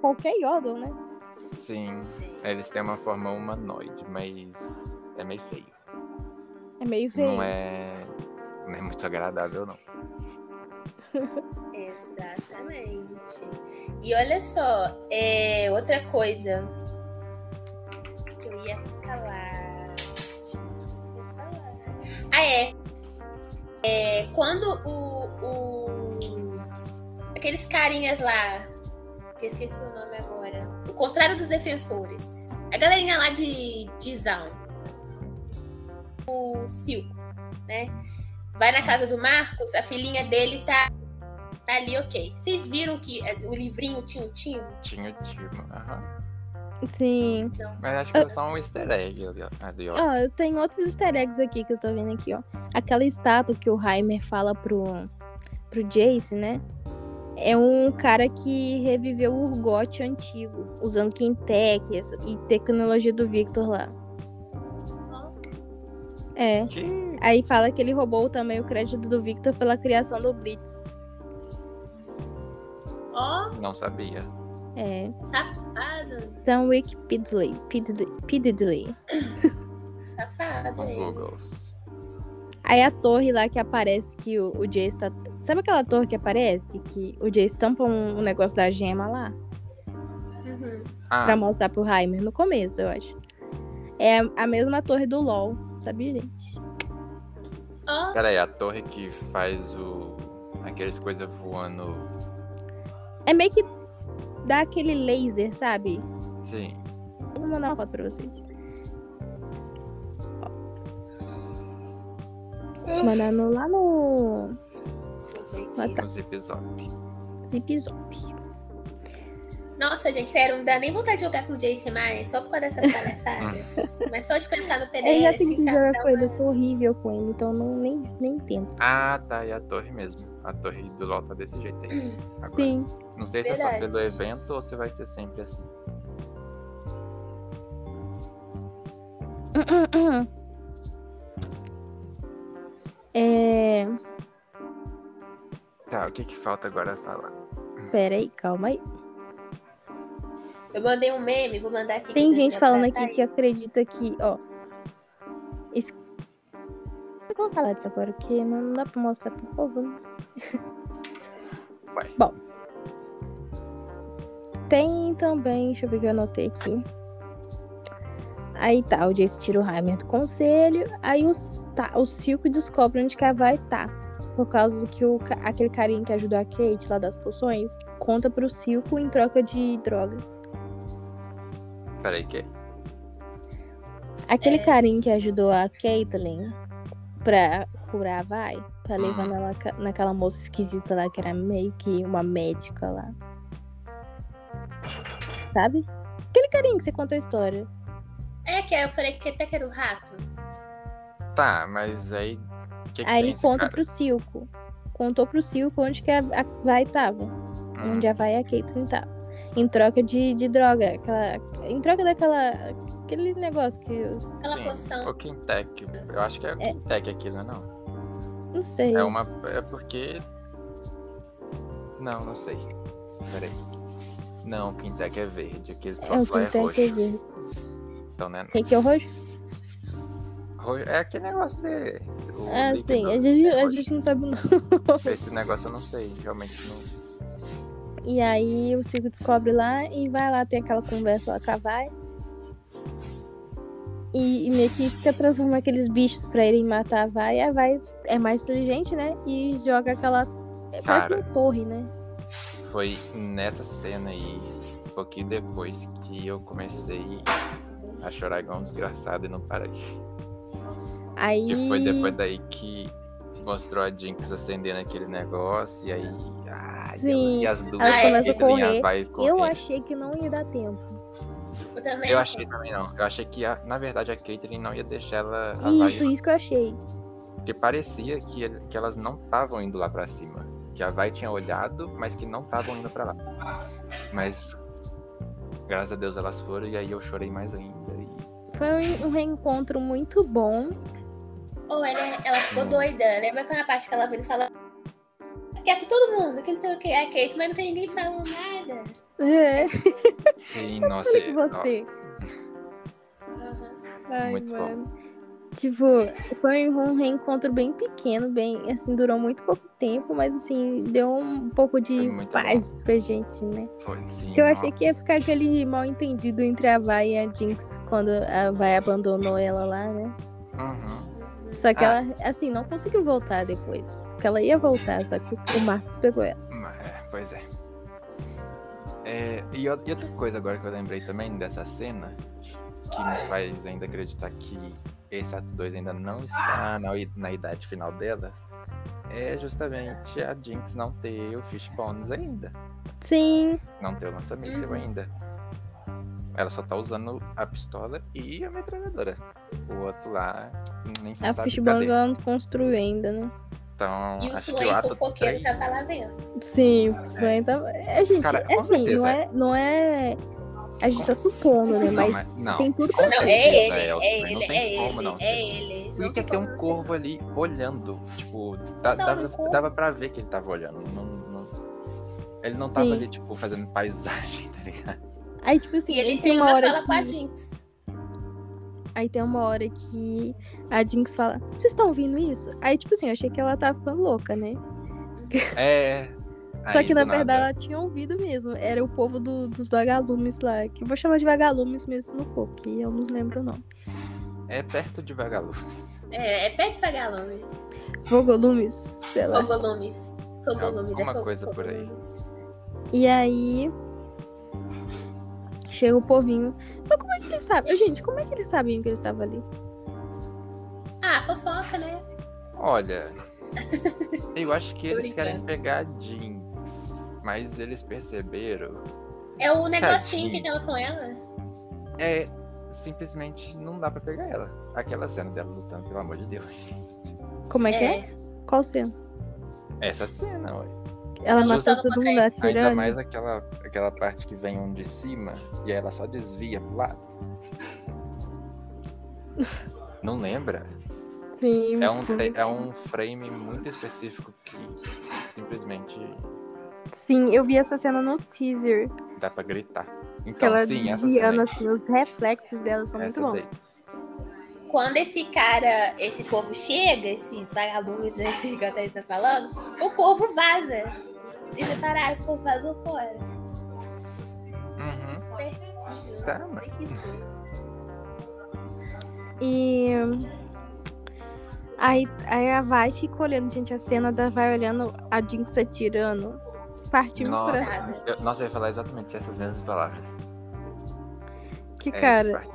S2: qualquer Yordle, né?
S3: Sim. Eles têm uma forma humanoide, mas é meio feio.
S2: É meio feio.
S3: Não é. Não é muito agradável, não.
S1: Exatamente. E olha só, é, outra coisa que eu ia falar. Deixa eu ver o que eu ia falar. Ah, é. É, quando o, o- Aqueles carinhas lá. Que eu esqueci o nome agora. O contrário dos defensores. A galerinha lá de, de Zaun. O Silco, né? Vai na casa do Marcos, a filhinha dele tá Tá ali, ok. Vocês viram que eh, o livrinho tinha o Timo?
S3: Tinha o Timo. Aham.
S2: Sim.
S3: Mas acho que é só um easter egg ali, ó. ali, ó.
S2: Ó, eu tenho outros easter eggs aqui que eu tô vendo aqui, ó. Aquela estátua que o Heimer fala pro, pro Jace, né? É um cara que reviveu o Urgot antigo, usando Quintec e essa- e tecnologia do Victor lá. É.
S3: Que-
S2: Aí fala que ele roubou também o crédito do Victor pela criação do Blitz.
S1: Ó,
S3: Não sabia.
S2: É.
S1: safado.
S2: Então, Wick Pidley. Pidley. Pidley.
S1: Safado.
S3: Com
S1: ele.
S3: Googles.
S2: Aí a torre lá que aparece que o, o Jace tá. Sabe aquela torre que aparece? Que o Jace tampa um, um negócio da gema lá?
S1: Uhum.
S3: Ah,
S2: Pra mostrar pro Heimer no começo, eu acho. É a- a mesma torre do LOL, sabia, gente?
S1: Ó,
S3: peraí, a torre que faz o. Aquelas coisas voando.
S2: É meio que dá aquele laser, sabe?
S3: Sim.
S2: Vou mandar uma foto pra vocês. Ó. Mandando lá no
S1: eu falei que-
S2: Mas tá.
S3: Nos episódios.
S2: Zip Zop.
S1: Nossa, gente, sério, não dá nem vontade de jogar com o Jace mais, só por causa dessas palhaçadas. Mas só de pensar no
S2: Eu
S1: PDL,
S2: já tenho
S1: assim,
S2: que
S1: sabe?
S2: jogar
S1: dá
S2: com ele, eu sou horrível com ele, então eu não, nem, nem tento.
S3: Ah, tá. E a torre mesmo. A torre do LOL tá desse jeito aí. Agora.
S2: Sim.
S3: Não sei se é só
S1: Verdade.
S3: pelo evento ou se vai ser sempre assim.
S2: É.
S3: Tá, o que que falta agora falar?
S2: Pera aí, calma aí.
S1: Eu mandei um meme, vou mandar aqui.
S2: Tem
S1: quiser
S2: gente falando
S1: comprar, tá
S2: aqui
S1: aí.
S2: que acredita que, ó. Es... Não vou falar disso agora, porque não não dá pra mostrar, por favor.
S3: Vai.
S2: Bom. Tem também, deixa eu ver o que eu anotei aqui. Aí tá, o Jace tira o Heimer do conselho. Aí os, tá, o Silco descobre onde que a Vai tá. Por causa que o, ca- aquele carinha que ajudou a Kate lá das poções conta pro Silco em troca de droga.
S3: Peraí, que?
S2: Aquele
S1: É.
S2: carinha que ajudou a Caitlyn pra curar a Vai, pra levar
S3: Hum.
S2: ela ca- naquela moça esquisita lá que era meio que uma médica lá. Sabe? Aquele carinha que você conta a história.
S1: É, que eu falei que até que era o rato.
S3: Tá, mas aí. Que que
S2: Aí
S3: tem
S2: ele
S3: esse
S2: conta
S3: cara?
S2: pro Silco. Contou pro Silco onde que a a Vai tava.
S3: Hum,
S2: Onde a Vai e a Caitlyn tava. Em troca de, de droga. aquela- em troca daquela. Aquele negócio que. eu
S1: Aquela
S3: Hum, Sim.
S1: poção.
S3: O Quintec. Eu acho que é o
S2: É.
S3: Quintec aquilo, não.
S2: Não sei.
S3: É uma. É porque. Não, não sei. Peraí. Não, o Quintec é verde. Aquele
S2: É o
S3: troço lá é
S2: que tem
S3: roxo.
S2: que ver.
S3: Então, né?
S2: Quem que é o roxo?
S3: ro- É aquele negócio dele. esse- o
S2: Ah,
S3: líquido
S2: sim. A gente,
S3: é
S2: a
S3: roxo.
S2: gente não sabe o nome.
S3: Esse negócio eu não sei, realmente não.
S2: E aí o Silvio descobre lá e vai lá, tem aquela conversa lá com a Vai. E, e meio que fica transformando aqueles bichos pra irem matar a Vai. E a Vai é mais inteligente, né? E joga aquela. é, Parece
S3: Cara.
S2: uma torre, né?
S3: Foi nessa cena aí, um pouquinho depois, que eu comecei a chorar igual um desgraçado e não parei.
S2: Aí.
S3: Que foi depois daí que mostrou a Jinx acendendo aquele negócio e aí. ai,
S2: Sim,
S3: e as duas
S1: elas
S2: começam a
S3: Caitlyn e
S2: correr.
S3: Vai
S2: Eu
S3: correndo.
S2: achei que não ia dar tempo.
S1: Eu também.
S3: Eu achei também não. Eu achei que, a- na verdade, a Caitlyn não ia deixar ela. A
S2: Isso,
S3: Vai,
S2: isso que eu achei.
S3: porque parecia que, ele- que elas não estavam indo lá pra cima. Que a Vai tinha olhado, mas que não estavam indo pra lá. Mas. Graças a Deus elas foram e aí eu chorei mais ainda. E...
S2: Foi um, um reencontro muito bom.
S1: Ou ela, ela ficou doida. Lembra quando a parte que ela veio e falou. Quieto todo mundo, que não sei o que. É Kate, mas não tem ninguém falando nada.
S2: É,
S3: Sim, nossa.
S2: falei com
S3: É, ó,
S2: você.
S1: Aham.
S2: Ai,
S3: Muito bom.
S2: mano. Tipo, foi um reencontro bem pequeno, bem, assim, durou muito pouco tempo, mas assim, deu um pouco
S3: Foi
S2: de
S3: muito
S2: paz pra gente, né?
S3: foi, sim,
S2: Eu achei que ia ficar aquele mal entendido entre a Vai e a Jinx quando a Vai abandonou ela lá, né?
S3: ó. Uhum.
S2: Só que
S3: Ah.
S2: ela, assim, não conseguiu voltar depois. Porque ela ia voltar, só que o Marcos pegou ela.
S3: Mas, é, Pois é. É, e, o- e outra coisa agora que eu lembrei também dessa cena, que me faz ainda acreditar que esse ato 2 ainda não está na, i- na idade final delas, é justamente a Jinx não ter o Fishbones ainda.
S2: Sim,
S3: Não ter o lança-míssil
S1: Uhum.
S3: ainda. Ela só tá usando a pistola e a metralhadora. O outro lá nem se
S2: a
S3: sabe
S2: Fishbones
S3: cadê.
S2: ela não construiu ainda, né?
S3: Então,
S1: E o
S3: acho que o
S1: Swain
S3: ato
S1: fofoqueiro tá
S3: três- é
S1: tava lá vendo.
S2: Sim, o sonho tá. É, gente,
S3: Cara,
S2: é
S3: com
S2: assim, não
S3: certeza.
S2: é, não é. A gente tá supondo, né?
S3: Não,
S2: Mas
S3: mas- não.
S2: tem tudo
S3: Com
S2: pra
S1: Não,
S3: certeza,
S1: é ele, é
S3: Elton,
S1: ele,
S3: não tem
S1: é
S3: como, não.
S1: ele, é ele.
S3: E
S1: Não
S3: que
S1: tem
S3: ter
S1: como
S3: um
S1: não
S3: corvo ali olhando. Tipo, da-
S1: Não,
S3: dava,
S1: um corvo.
S3: dava pra ver que ele tava olhando. Não, não- Ele não tava
S2: Sim.
S3: ali, tipo, fazendo paisagem, tá ligado?
S2: Aí, tipo assim,
S1: E ele
S2: tem
S1: tem
S2: uma
S1: uma
S2: hora
S1: sala com a
S2: que-
S1: Jinx.
S2: Aí tem uma hora que a Jinx fala, vocês estão ouvindo isso? Aí, tipo assim, eu achei que ela tava ficando louca, né?
S3: É.
S2: Só
S3: aí,
S2: que na
S3: do nada.
S2: verdade ela tinha ouvido mesmo. Era o povo do- dos vagalumes lá. Que eu vou chamar de vagalumes mesmo se não for, porque eu não lembro o nome.
S3: É perto de Vagalu.
S1: É, é pé de vagalumes.
S3: É
S2: Vogolumes, sei lá.
S1: Fogolumes. Fogolumes.
S3: alguma
S1: é fo-
S3: coisa por aí.
S1: fogolumes.
S2: E aí. Chega o povinho. Mas como é que eles sabem? Gente, como é que eles sabiam que eu estava ali?
S1: Ah, fofoca, né?
S3: Olha, eu acho que
S1: Tô
S3: eles querem pegar Jinx, mas eles perceberam.
S1: É o negocinho que
S3: Tadinha.
S1: tava com ela.
S3: É, simplesmente não dá pra pegar ela. Aquela cena dela lutando, pelo amor de Deus.
S2: Como é, que é? Qual cena?
S3: Essa cena, ué.
S1: Ela
S2: Ela matou
S1: lutando
S2: todo
S1: contra
S2: mundo
S1: a
S3: Ainda
S2: atirando.
S3: mais aquela, aquela parte que vem um de cima e aí ela só desvia pro lado. Não lembra?
S2: Sim.
S3: É um,
S2: tipo,
S3: te- é um frame muito específico que simplesmente
S2: Sim, eu vi essa cena no teaser.
S3: dá pra gritar.
S2: Que
S3: Então,
S2: ela
S3: sim, essa
S2: desviando,
S3: cena. aí.
S2: assim, os reflexos dela são
S3: Essa
S2: muito bons.
S3: daí.
S1: Quando esse cara, esse povo chega, esses vagalumes aí que a Thaís tá falando, o povo vaza. Vocês repararam, o povo vazou fora.
S3: Uhum.
S1: Espertinho.
S3: Tá, mas-
S1: Tem que ser.
S2: E aí, aí a Vai fica olhando, gente, a cena da Vai olhando a Jinx atirando. Partiu o
S3: Nossa.
S2: coração.
S1: Nada.
S3: Eu- nossa, eu ia falar exatamente essas mesmas palavras.
S2: Que
S3: É,
S2: cara,
S3: tipo,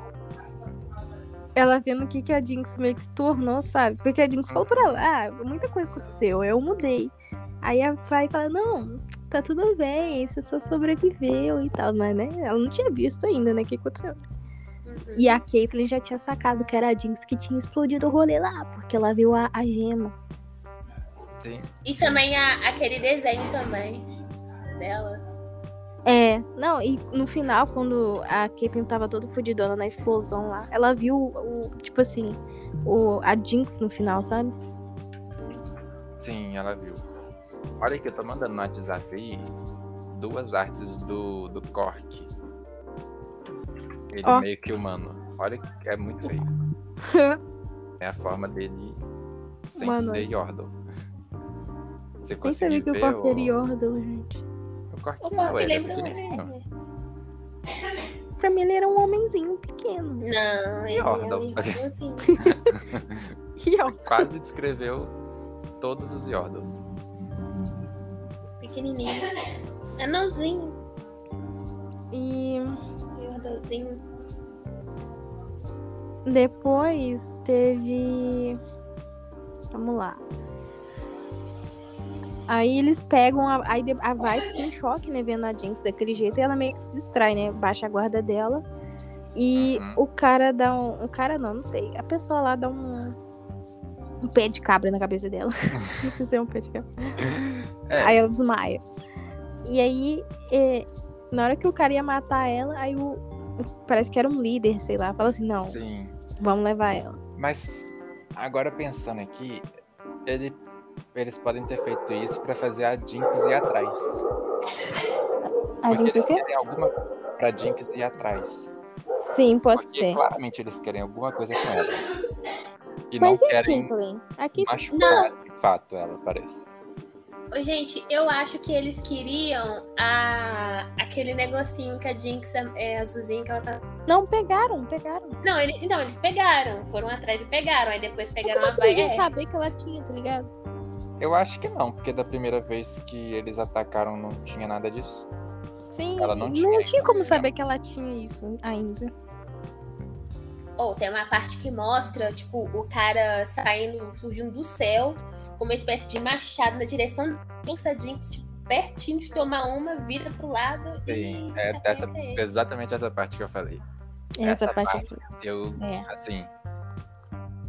S2: ela vendo o que, que a Jinx meio que se tornou, sabe? Porque a Jinx falou pra ela, ah, muita coisa aconteceu, eu mudei. Aí a Vai fala, não, tá tudo bem, você só sobreviveu e tal. Mas, né, ela não tinha visto ainda, né, o que aconteceu.
S1: Uhum.
S2: E a Caitlyn já tinha sacado que era a Jinx que tinha explodido o rolê lá, porque ela viu a, a gema.
S3: tipo, sim.
S1: E também a- aquele desenho também dela.
S2: É, não, e no final, quando a Caitlyn tava toda fudidona na explosão lá, ela viu o, tipo assim, o, a Jinx no final, sabe?
S3: Sim, ela viu. Olha que eu tô mandando no WhatsApp aí duas artes do, do Cork. Ele
S2: Ó.
S3: meio que humano. Olha, que é muito feio. É a forma dele sem
S2: Mano.
S3: ser Yordle. Você
S2: Nem sabia
S3: conseguiu
S2: que o
S3: ver
S2: Cork era Yordle, gente.
S3: O Cork,
S1: O corpo
S3: ué, ele é
S1: lembra
S3: pequenininho.
S1: um.
S2: Pra mim ele era um homenzinho pequeno.
S1: Não, ele é
S3: Yordle.
S1: um irmãozinho.
S2: E ó,
S3: Quase descreveu todos os Yordles.
S1: pequenininho. Anãozinho. é um
S2: e
S1: Yordlezinho.
S2: depois teve. Vamos lá. Aí eles pegam, a, aí de- a Vai fica em choque, né, vendo a Jinx daquele jeito, e ela meio que se distrai, né, baixa a guarda dela, e
S3: Uhum.
S2: o cara dá um, o cara não, não sei, a pessoa lá dá um, um pé de cabra na cabeça dela, não sei se é um pé de cabra,
S3: É.
S2: aí ela desmaia, e aí, é, na hora que o cara ia matar ela, aí o, parece que era um líder, sei lá, fala assim, não,
S3: Sim.
S2: vamos levar ela,
S3: Mas agora pensando aqui, ele- eles podem ter feito isso pra fazer a Jinx ir atrás.
S2: a
S3: Porque
S2: gente,
S3: eles querem alguma pra Jinx ir atrás.
S2: sim, pode
S3: Porque
S2: ser,
S3: claramente eles querem alguma coisa com ela. E
S2: mas
S3: não
S2: e a
S3: querem
S2: Caitlyn? A Caitlyn
S3: machucar de fato ela, parece.
S1: Ô, Gente, eu acho que eles queriam a... aquele negocinho que a Jinx é azulzinho que ela tá.
S2: Não, pegaram, pegaram.
S1: Não, ele... então, eles pegaram, foram atrás e pegaram. Aí depois pegaram
S2: Como
S1: a
S2: é que eles
S1: vai.
S2: iam
S1: É.
S2: saber que ela tinha, tá ligado?
S3: Eu acho que não, porque da primeira vez que eles atacaram não tinha nada disso.
S2: Sim,
S3: Ela não
S2: não,
S3: tinha
S2: tinha,
S3: ainda,
S2: como
S3: né?
S2: saber que ela tinha isso ainda.
S1: Ou tem uma parte que mostra, tipo, o cara saindo, surgindo do céu, com uma espécie de machado na direção da Jinx, a Jinx, tipo, pertinho de tomar uma, vira pro lado e.
S3: Sim, é
S1: se
S3: dessa-
S1: aperta ele.
S3: Exatamente essa parte que eu falei.
S2: Essa,
S3: Essa
S2: parte,
S3: parte.
S2: aqui.
S3: Eu,
S2: É.
S3: assim,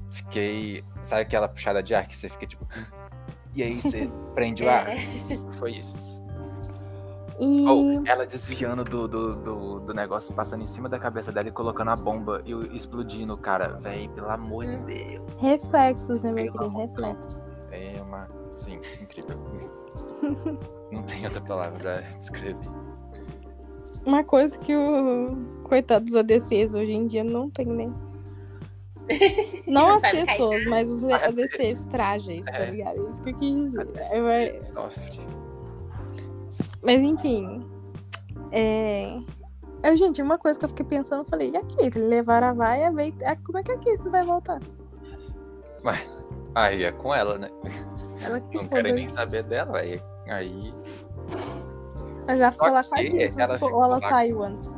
S3: fiquei. Sabe aquela puxada de ar que você fica tipo. E aí você prende
S1: É,
S2: É.
S3: o ar? Foi isso.
S2: E
S3: Ou ela desviando do, do, do, do negócio, passando em cima da cabeça dela e colocando a bomba e o- explodindo o cara. Véi, pelo amor de
S1: Hum.
S3: Deus. É
S2: reflexos, né, meu
S3: Pelo
S2: querido?
S3: amor de Deus.
S2: Reflexos.
S3: É uma. Sim, incrível. Não tem outra palavra pra descrever.
S2: Uma coisa que o coitado dos ADCs hoje em dia não tem nem. Não
S1: Não
S2: as
S1: sabe
S2: pessoas, mas os le-
S3: Ah,
S2: ADCs frágeis, tá
S3: É.
S2: ligado? É isso que eu quis dizer.
S3: Até
S2: Eu- é-
S3: Sofre.
S2: Mas enfim. É. Eu, gente, uma coisa que eu fiquei pensando, eu falei, e aqui? Levaram a vaia, veio... ah, como é que aqui tu vai voltar?
S3: Aí é com ela, né?
S2: Ela que né? se
S3: Não
S2: foda.
S3: querem nem saber dela. Aí. aí...
S2: Mas ela ficou
S3: Só
S2: lá com a
S3: que
S2: Disney,
S3: ela
S2: ou
S3: ficou
S2: ela
S3: lá-
S2: saiu antes?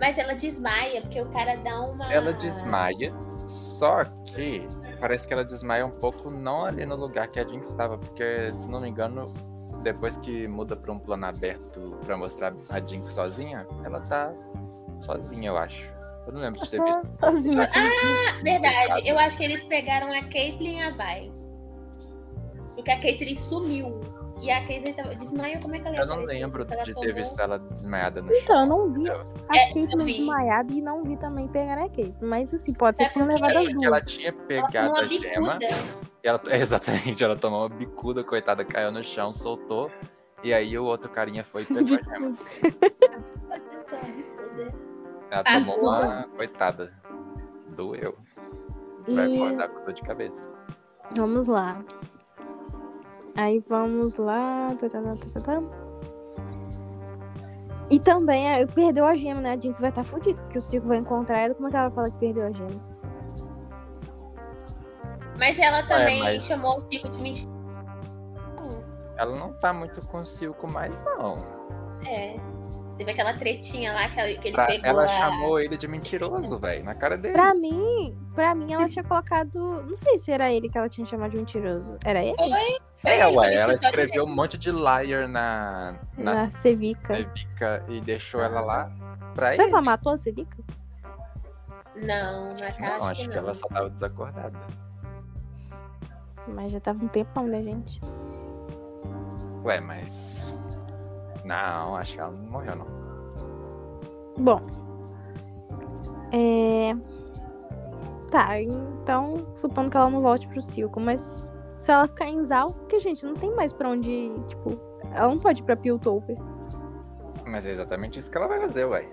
S1: Mas ela desmaia, porque o cara dá uma.
S3: Ela desmaia, só que parece que ela desmaia um pouco não ali no lugar que a Jinx estava, porque se não me engano, depois que muda pra um plano aberto pra mostrar a Jinx sozinha, ela tá sozinha, eu acho. Eu não lembro de ter visto.
S2: Ah, Sozinha. Ah!
S1: Verdade, eu acho que eles pegaram a Caitlyn e a Vai. Porque a Caitlyn sumiu. E a Caitlyn tava... desmaiou, como é que ela ia
S3: Eu não
S1: aparecer?
S3: lembro
S1: Se ela tá
S3: de ter
S1: tomou-
S3: visto ela desmaiada no
S2: Então, eu
S3: chão.
S2: não vi a
S1: É,
S2: Kate
S1: eu vi.
S2: desmaiada e não vi também pegar a Kate. Mas assim, pode ser
S1: Sabe
S2: que tenha
S1: por quê?
S2: levado as
S3: Acho que ela
S2: duas.
S3: tinha
S1: Ela tomou
S3: pegado
S1: uma
S3: a gema.
S1: bicuda.
S3: E Ela, é, exatamente, ela tomou uma bicuda, coitada, caiu no chão, soltou. E aí o outro carinha foi e pegou a gema. Ela tomou uma coitada. Doeu. Vai
S2: E-
S3: acordar com dor de cabeça.
S2: Vamos lá. Aí vamos lá. tá, tá, tá, tá, tá, tá. E também, é, perdeu a gema, né? A Jinx vai estar fudida, porque o Circo vai encontrar ela. Como é que ela fala que perdeu a gema?
S1: Mas ela também
S3: É, mas-
S1: chamou o Zico de mentira.
S3: Ela não tá muito com o Silco mais, não.
S1: É. Teve aquela tretinha lá que, ela- que ele
S3: Pra-
S1: pegou.
S3: ela
S1: a-
S3: chamou ele de mentiroso, velho, na cara dele.
S2: Pra mim, pra mim, ela tinha colocado. Não sei se era ele que ela tinha chamado de mentiroso. Era ele?
S1: Foi? Foi
S3: É,
S1: ele, tá foi
S3: ué,
S1: no
S3: ela
S1: escritório dele.
S3: escreveu um monte de liar na, na,
S2: Na Sevica.
S3: Sevica e deixou ela lá pra
S2: Será
S3: ele.
S2: que ela matou a Sevica?
S1: Não, Natália,
S3: Não, acho que
S1: não.
S3: ela só tava desacordada.
S2: Mas já tava um tempão, né, gente?
S3: Ué, mas. Não, acho que ela não morreu, não.
S2: Bom. É. Tá, então, supondo que ela não volte pro circo, mas se ela ficar em Zal, porque, gente, não tem mais pra onde ir, tipo, ela não pode ir pra Piltover.
S3: Mas é exatamente isso que ela vai fazer, ué.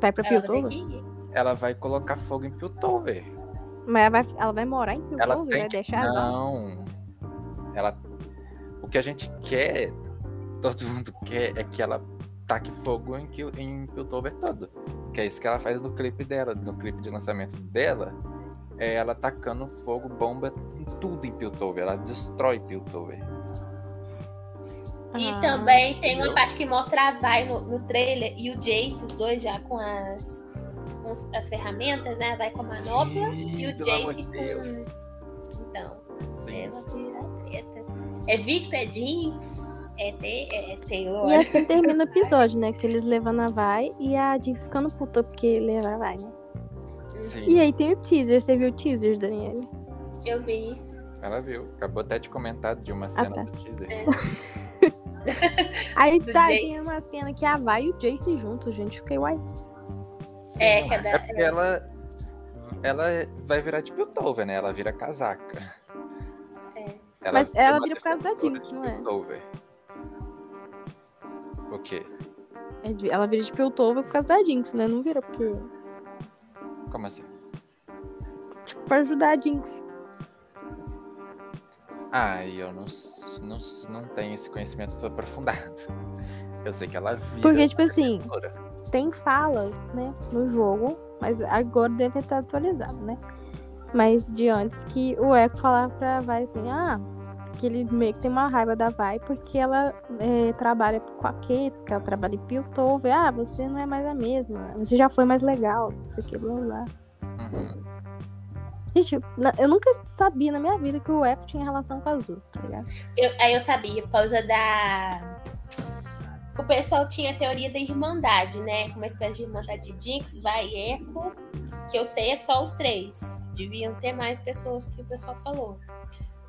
S2: Vai pra
S1: Ela vai ter
S2: Piltover?
S1: que ir.
S3: Ela vai colocar fogo em Piltover.
S2: Mas ela vai, ela vai morar em
S3: Ela
S2: Piltover?
S3: tem
S2: Vai
S3: que-
S2: deixar Zal?
S3: Não. Ela. O que a gente quer, todo mundo quer, é que ela taque fogo em, Kil- em Piltover todo. Que é isso que ela faz no clipe dela, no clipe de lançamento dela. É ela tacando fogo, bomba em tudo em Piltover. Ela destrói Piltover.
S1: E
S2: Ah,
S1: também tem uma
S3: entendeu?
S1: parte que mostra a Vai no, no trailer e o Jace, os dois já com as, com os- as ferramentas, né? A Vai com a manopla
S3: Sim,
S1: e o
S3: pelo amor
S1: Jace
S3: de
S1: com.
S3: Deus.
S1: Então,
S3: Sim,
S1: ela vira treta. É Victor, é Jinx, é, Te- é Taylor.
S2: E assim termina o episódio, né? Que eles levando a Vai e a Jinx ficando puta porque levaram a Vai, né?
S3: sim.
S2: E aí tem o teaser, você viu o teaser, Daniele?
S1: Eu vi.
S3: Ela viu. Acabou até de comentar de uma cena
S2: tá.
S3: do teaser.
S2: Aí
S1: Do
S2: tá,
S1: Jace.
S2: tem uma cena que a Vai e o Jace juntos, gente. Fiquei, uai.
S1: É,
S3: Sim,
S1: que é da-
S3: é porque ela, ela vai virar de Piltover, né? Ela vira casaca.
S1: É.
S2: Mas ela
S3: uma
S2: vira por causa da
S3: defensora
S2: Jinx,
S3: de
S2: não é?
S3: Piltover. O quê?
S2: É de- Ela vira de Piltover por causa da Jinx, né? Não vira porque.
S3: Como assim?
S2: Tipo, pra ajudar a Jinx.
S3: Ah, e eu não, s- não, s- não tenho esse conhecimento aprofundado. Eu sei que ela vira.
S2: Porque, tipo assim,
S3: defensora.
S2: tem falas, né? No jogo, mas agora deve estar atualizado, né? Mas de antes que o Echo falava pra Vai assim, ah, que ele meio que tem uma raiva da Vai porque ela é, trabalha com a Kate, que ela trabalha em Piltover, ah, você não é mais a mesma, você já foi mais legal, não sei o que, blá blá. blá.
S3: Uhum.
S2: Gente, na- eu nunca sabia na minha vida que o Echo tinha relação com as duas, tá ligado?
S1: Eu- aí eu sabia, por causa da. O pessoal tinha a teoria da irmandade, né? Uma espécie de irmandade de Jinx, Vai e Echo, que eu sei é só os três. Deviam ter mais pessoas que o pessoal falou.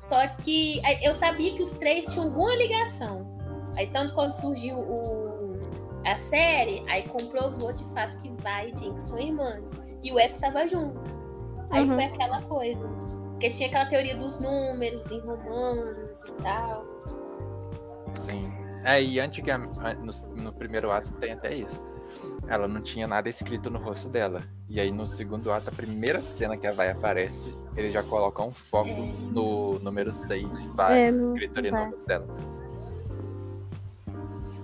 S1: Só que aí eu sabia que os três tinham alguma ligação. Aí tanto quando surgiu o- a série, aí comprovou de fato que Vai e Jinx são irmãs. E o Echo tava junto. Aí
S2: Uhum.
S1: foi aquela coisa. Porque tinha aquela teoria dos números em romanos e tal.
S3: Sim. É, e antigamente, no, no primeiro ato tem até isso. Ela não tinha nada escrito no rosto dela. E aí no segundo ato, a primeira cena que a vai aparece, ele já coloca um foco no número 6, vai,
S2: É, no-
S3: escrito ali no
S2: vai.
S3: rosto dela.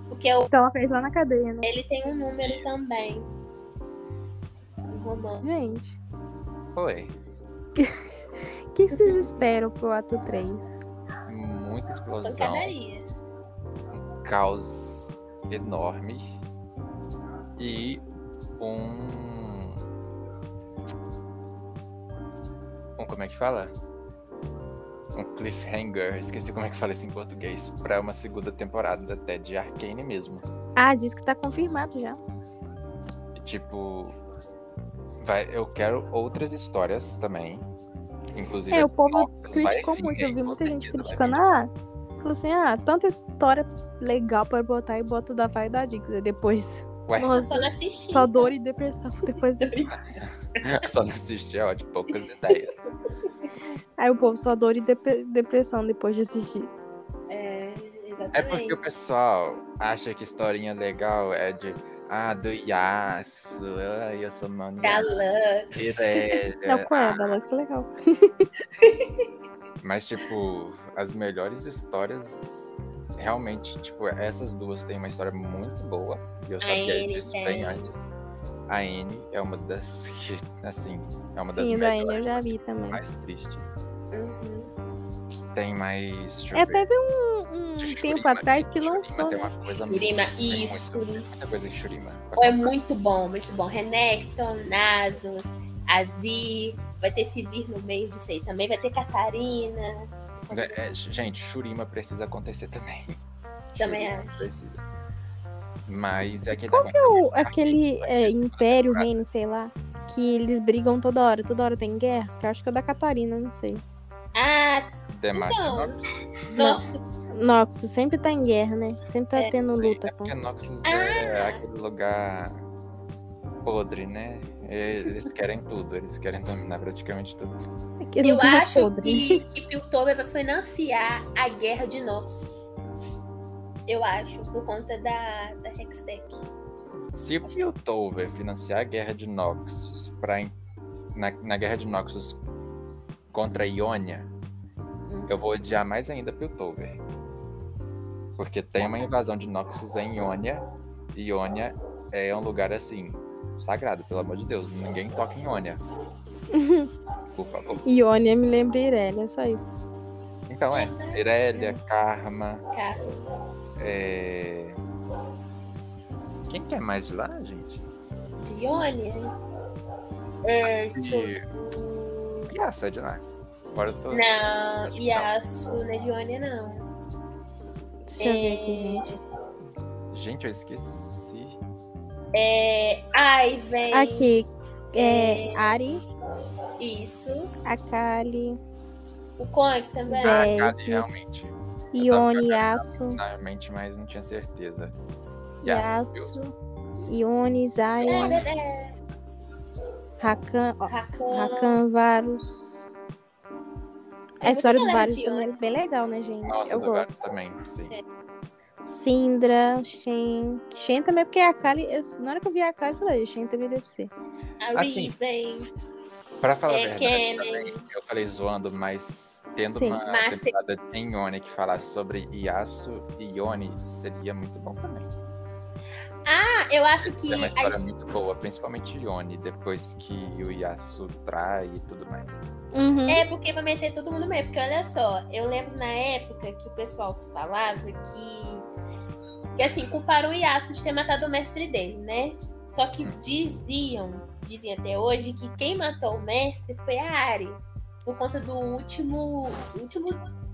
S1: Porque o-
S2: Então ela fez lá na cadeia, né?
S1: ele tem um número
S3: Isso.
S1: também. Um romance.
S2: Gente,
S3: Foi.
S2: o que vocês esperam pro ato 3?
S3: Muita explosão,
S1: Pancadaria.
S3: caos enorme e um. Um, como é que fala? Um cliffhanger, esqueci como é que fala isso em português, pra uma segunda temporada até de Arcane mesmo.
S2: Ah, diz que tá confirmado já.
S3: E, tipo, vai, eu quero outras histórias também. Inclusive,
S2: É, o
S3: a-
S2: povo
S3: Nossa,
S2: criticou
S3: vai é vir,
S2: muito. Eu
S3: hein,
S2: vi
S3: com
S2: muita gente
S3: certeza vai
S2: criticando. Ah, falou assim: ah, tanta história legal pra botar e bota o da Vai da Dix. Aí depois
S3: Ué,
S1: Eu só não assisti.
S2: só dor e depressão. Depois
S3: só não assistir, ó, de poucas ideias.
S2: Aí o povo só dor e dep- depressão depois de assistir.
S1: É,
S3: É porque o
S1: exatamente.
S3: pessoal acha que historinha legal é de. Ah, do Yasuo, ai, eu sou mania.
S1: Da Lux.
S2: É o qual é, da Alexa legal.
S3: Mas, tipo, as melhores histórias. Realmente, tipo, essas duas têm uma história muito boa. E eu sabia
S1: Anne
S3: disso
S1: tem.
S3: bem antes. A Anne é uma das que, assim, é uma das
S2: Sim, da Anne eu
S3: melhores,
S2: já vi também.
S3: mais tristes.
S1: Uhum.
S3: Tem mais. Deixa eu
S2: É,
S3: ver.
S2: teve um, um
S3: De
S2: tempo
S3: Shurima,
S2: atrás que
S3: Shurima
S2: lançou. né?
S3: Tem uma coisa muito-
S1: Shurima,
S3: tem
S1: isso.
S3: muito- Muita coisa de Shurima.
S1: É muito bom, muito bom. Renekton, Nasus, Azi. Vai ter Sivir no meio disso aí também. Vai ter Catarina.
S3: É, é, gente, Shurima precisa acontecer também.
S1: Também
S3: Shurima
S1: acho.
S3: Precisa. Mas é aquele
S2: Qual que é o,
S3: negócio-
S2: aquele é, império, reino, sei lá, que eles brigam toda hora, toda hora tem guerra? Que eu acho que é o da Catarina, não sei.
S1: Ah,
S3: The Master
S1: Então,
S3: Noxus,
S1: Noxus.
S2: Noxus sempre tá em guerra, né? Sempre tá
S1: É,
S2: tendo
S3: sei,
S2: luta.
S3: é
S2: com-
S3: porque Noxus
S1: Ah!
S3: é aquele lugar podre, né? Eles querem tudo, eles querem dominar praticamente tudo.
S2: que
S1: Eu
S2: não tem
S1: acho
S2: podre.
S1: que, que Piltover vai financiar a guerra de Noxus. Eu acho, por conta da, da Hextech.
S3: Se o Piltover financiar a guerra de Noxus pra, en- na, na guerra de Noxus contra Ionia, eu vou odiar mais ainda Piltover. Porque tem uma invasão de Noxus em Ionia. E Ionia é um lugar assim, sagrado, pelo amor de Deus. Ninguém toca em Ionia. Por favor.
S2: Ione, eu me lembro Irelia, é só isso.
S3: Então é, Irelia, Karma.
S1: Carro.
S3: é, Quem que é mais de lá, gente?
S1: Dione? É,
S3: De...
S1: hum,
S3: Yasuo é de lá. Agora eu tô.
S1: não,
S3: Acho que
S1: Yasuo não é Dione, não.
S2: Deixa eu ver aqui, gente.
S3: Gente, eu esqueci.
S1: É, ai, vem.
S2: Aqui, é, Ari,
S1: Isso.
S2: Akali,
S1: O Kong também.
S2: Zé. É,
S3: ah, cara,
S2: de-
S3: realmente. Eu tava
S2: Ione,
S3: cagando
S2: Yasuo,
S3: Na mente, mas não tinha certeza.
S2: Yasuo, Ione, Zayn,
S1: É, é, é.
S2: Rakan, ó,
S1: Rakan.
S2: Rakan, Varus.
S1: É
S2: A história
S1: muito
S2: do
S1: legal
S2: Varus
S1: de
S2: também é bem legal, né, gente?
S3: Nossa,
S2: eu
S3: do
S2: gosto.
S3: Varus também, sim.
S1: É.
S2: Sindra, Shen. Shen também, porque a Akali. eu- Na hora que eu vi a Akali, eu falei, Shen também deve ser.
S1: A
S3: Assim,
S1: Riven.
S3: Pra falar
S1: É
S3: a verdade,
S1: que-
S3: também, eu falei zoando, mas tendo
S2: Sim.
S3: uma
S1: Mas tem-
S3: temporada em Yone que falasse sobre Yasuo e Yone seria muito bom também.
S1: Ah, eu acho que.
S3: É uma
S1: a
S3: história muito boa, principalmente Yone, depois que o Yasuo trai e tudo mais.
S2: Uhum.
S1: É, porque vai meter todo mundo no meio. Porque olha só, eu lembro na época que o pessoal falava que. Que assim, culparam o Yasuo de ter matado o mestre dele, né? Só que
S3: Hum.
S1: diziam, dizem até hoje, que quem matou o mestre foi a Ari. Por conta do último. do último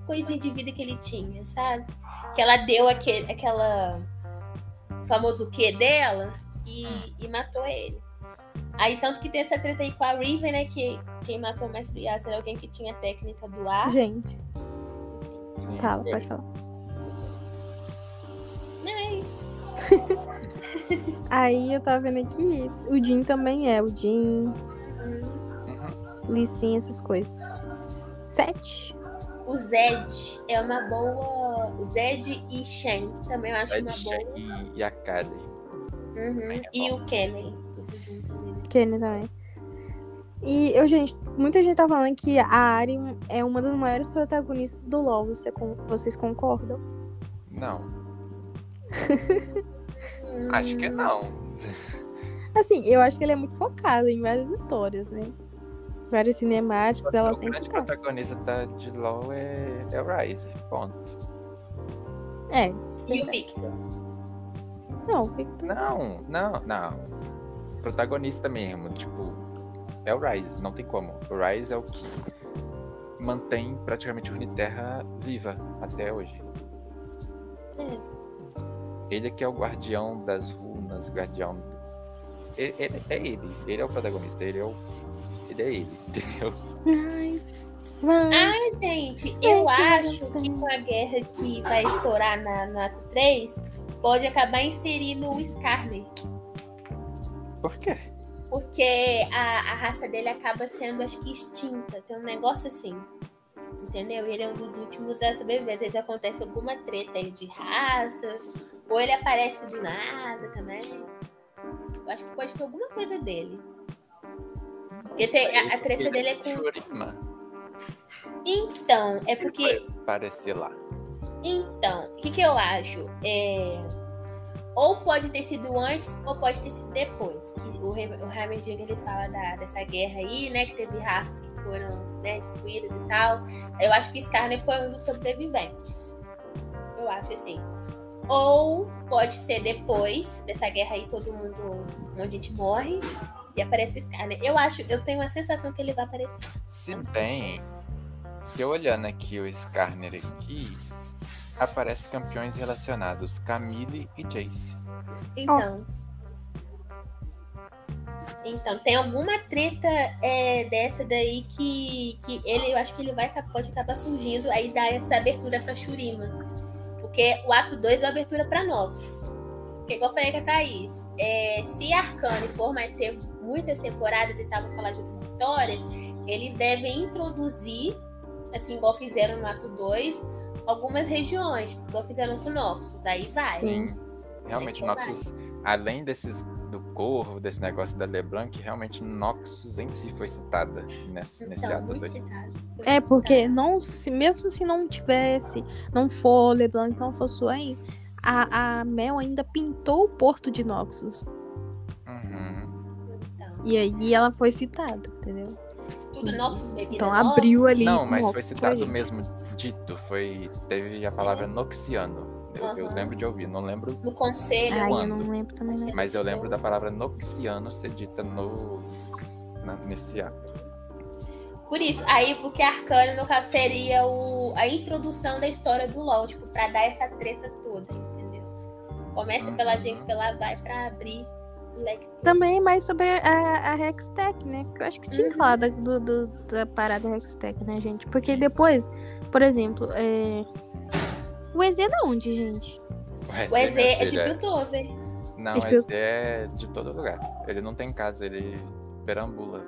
S1: coisinha de vida que ele tinha, sabe? Que ela deu aquele, aquela. famoso que dela e, e matou ele. Aí, tanto que tem essa treta aí com a Riven, né? Que quem matou o Mestre Yasuo era alguém que tinha a técnica do ar.
S2: Gente,
S3: Sim,
S2: fala,
S3: foi.
S2: Tá, pode falar.
S1: Não é isso.
S2: Aí eu tava vendo aqui, o Jin também é. O
S1: Hum.
S2: Jin,
S3: Uhum.
S2: Lissin, essas coisas. Sete.
S1: O Zed é uma boa. Zed e Shen também eu acho
S3: Ed,
S1: uma boa.
S3: Shaq e- e a Kali.
S1: Uhum.
S3: Bem, é
S1: E
S3: bom.
S1: o Kenny. tudo junto ali, né?
S2: Kenny também. E eu, gente, muita gente tá falando que a Ari é uma das maiores protagonistas do LoL. Você con- vocês concordam?
S3: Não, acho
S1: Hum.
S3: que é não.
S2: Assim, eu acho que ela é muito focada em várias histórias, né? Várias cinemáticas, ela
S3: o
S2: sempre
S3: um grande
S2: tá.
S3: protagonista da- de LoL é, é o Ryze, ponto.
S2: É,
S3: né?
S1: E o Victor.
S2: não, fica-
S3: Não, não, não. Protagonista mesmo, tipo, é o Ryze, não tem como. O Ryze é o que mantém praticamente a Uniterra viva até hoje. Ele é que é o guardião das runas, guardião. Ele, ele- é ele, ele é o protagonista, ele é o. Ele é ele, entendeu?
S2: Mas, mas...
S1: Ah, gente, eu
S2: que
S1: acho
S2: legal.
S1: que com a guerra que vai estourar na, no ato 3, pode acabar inserindo o Scarlet.
S3: Por quê?
S1: Porque a, a raça dele acaba sendo, acho que, extinta. Tem um negócio assim. Entendeu? Ele é um dos últimos a sobreviver. Às vezes acontece alguma treta aí de raças, ou ele aparece do nada também. Eu acho que pode ter alguma coisa dele. Porque tem- a, a treta
S3: Ele
S1: dele é
S3: o
S1: com.
S3: Shurima,
S1: Então, é porque
S3: parecer lá.
S1: Então, o que, que eu acho? É... Ou pode ter sido antes, ou pode ter sido depois. Que O, Hem- o Heimerdinger, ele fala da- dessa guerra aí, né? Que teve raças que foram né, destruídas e tal. Eu acho que Scarlet foi um dos sobreviventes. Eu acho assim. Ou pode ser depois dessa guerra aí, todo mundo, um monte de gente morre e aparece o Scarlet. Eu acho, eu tenho a sensação que ele vai aparecer.
S3: Se bem que eu olhando aqui o Skarner aqui, aparece campeões relacionados Camille e Jace.
S1: Então. Então, tem alguma treta é, dessa daí que, que ele, eu acho que ele vai, ca- pode acabar surgindo, aí dá essa abertura pra Shurima. Porque o ato 2 é a abertura pra novos. Porque igual eu falei com a Thaís, é, se Arcane for mais ter muitas temporadas e tal, pra falar de outras histórias, eles devem introduzir, assim, igual fizeram no ato 2, algumas regiões, igual fizeram com Noxus. Aí vai.
S2: Sim.
S3: Realmente,
S1: É verdade.
S3: Noxus, além desses do corvo, desse negócio da Leblanc, realmente Noxus em si foi citada nesse, nesse
S1: São
S3: ato
S1: muito
S3: 2.
S1: citados. né?
S2: É, porque não, se, mesmo se não tivesse, não for LeBlanc, não for Swain, a, a Mel ainda pintou o porto de Noxus.
S3: Uhum.
S1: Então,
S2: E aí ela foi citada, entendeu?
S1: tudo Noxus, bebida
S2: Então
S1: Noxus.
S2: abriu ali.
S3: Não,
S2: Noxus
S3: mas foi
S2: pra
S3: citado
S2: gente.
S3: mesmo dito, foi teve a palavra Noxiano. Eu, eu
S1: Aham.
S3: lembro de ouvir, não lembro,
S1: No conselho.
S2: Ai, eu
S3: quando?
S2: não lembro também. Não.
S3: mas eu lembro da palavra Noxiano ser dita no, na- nesse ato.
S1: Por isso, aí porque Arcano, no caso, seria o, a introdução da história do LoL, tipo, pra dar essa treta toda, entendeu? Começa
S3: Uhum.
S1: pela Jinx, pela Vai, pra abrir o leque.
S2: Também mais sobre a, a Hextech, né? Que eu acho que tinha que falar da, do- do- da parada Hextech, né, gente? Porque depois, por exemplo, é... o EZ é da onde, gente?
S1: O EZ é
S3: meu
S1: de
S3: filho,
S1: Piltover.
S3: Não,
S2: Acho que eu-
S3: esse é de todo lugar. Ele não tem casa, ele perambula.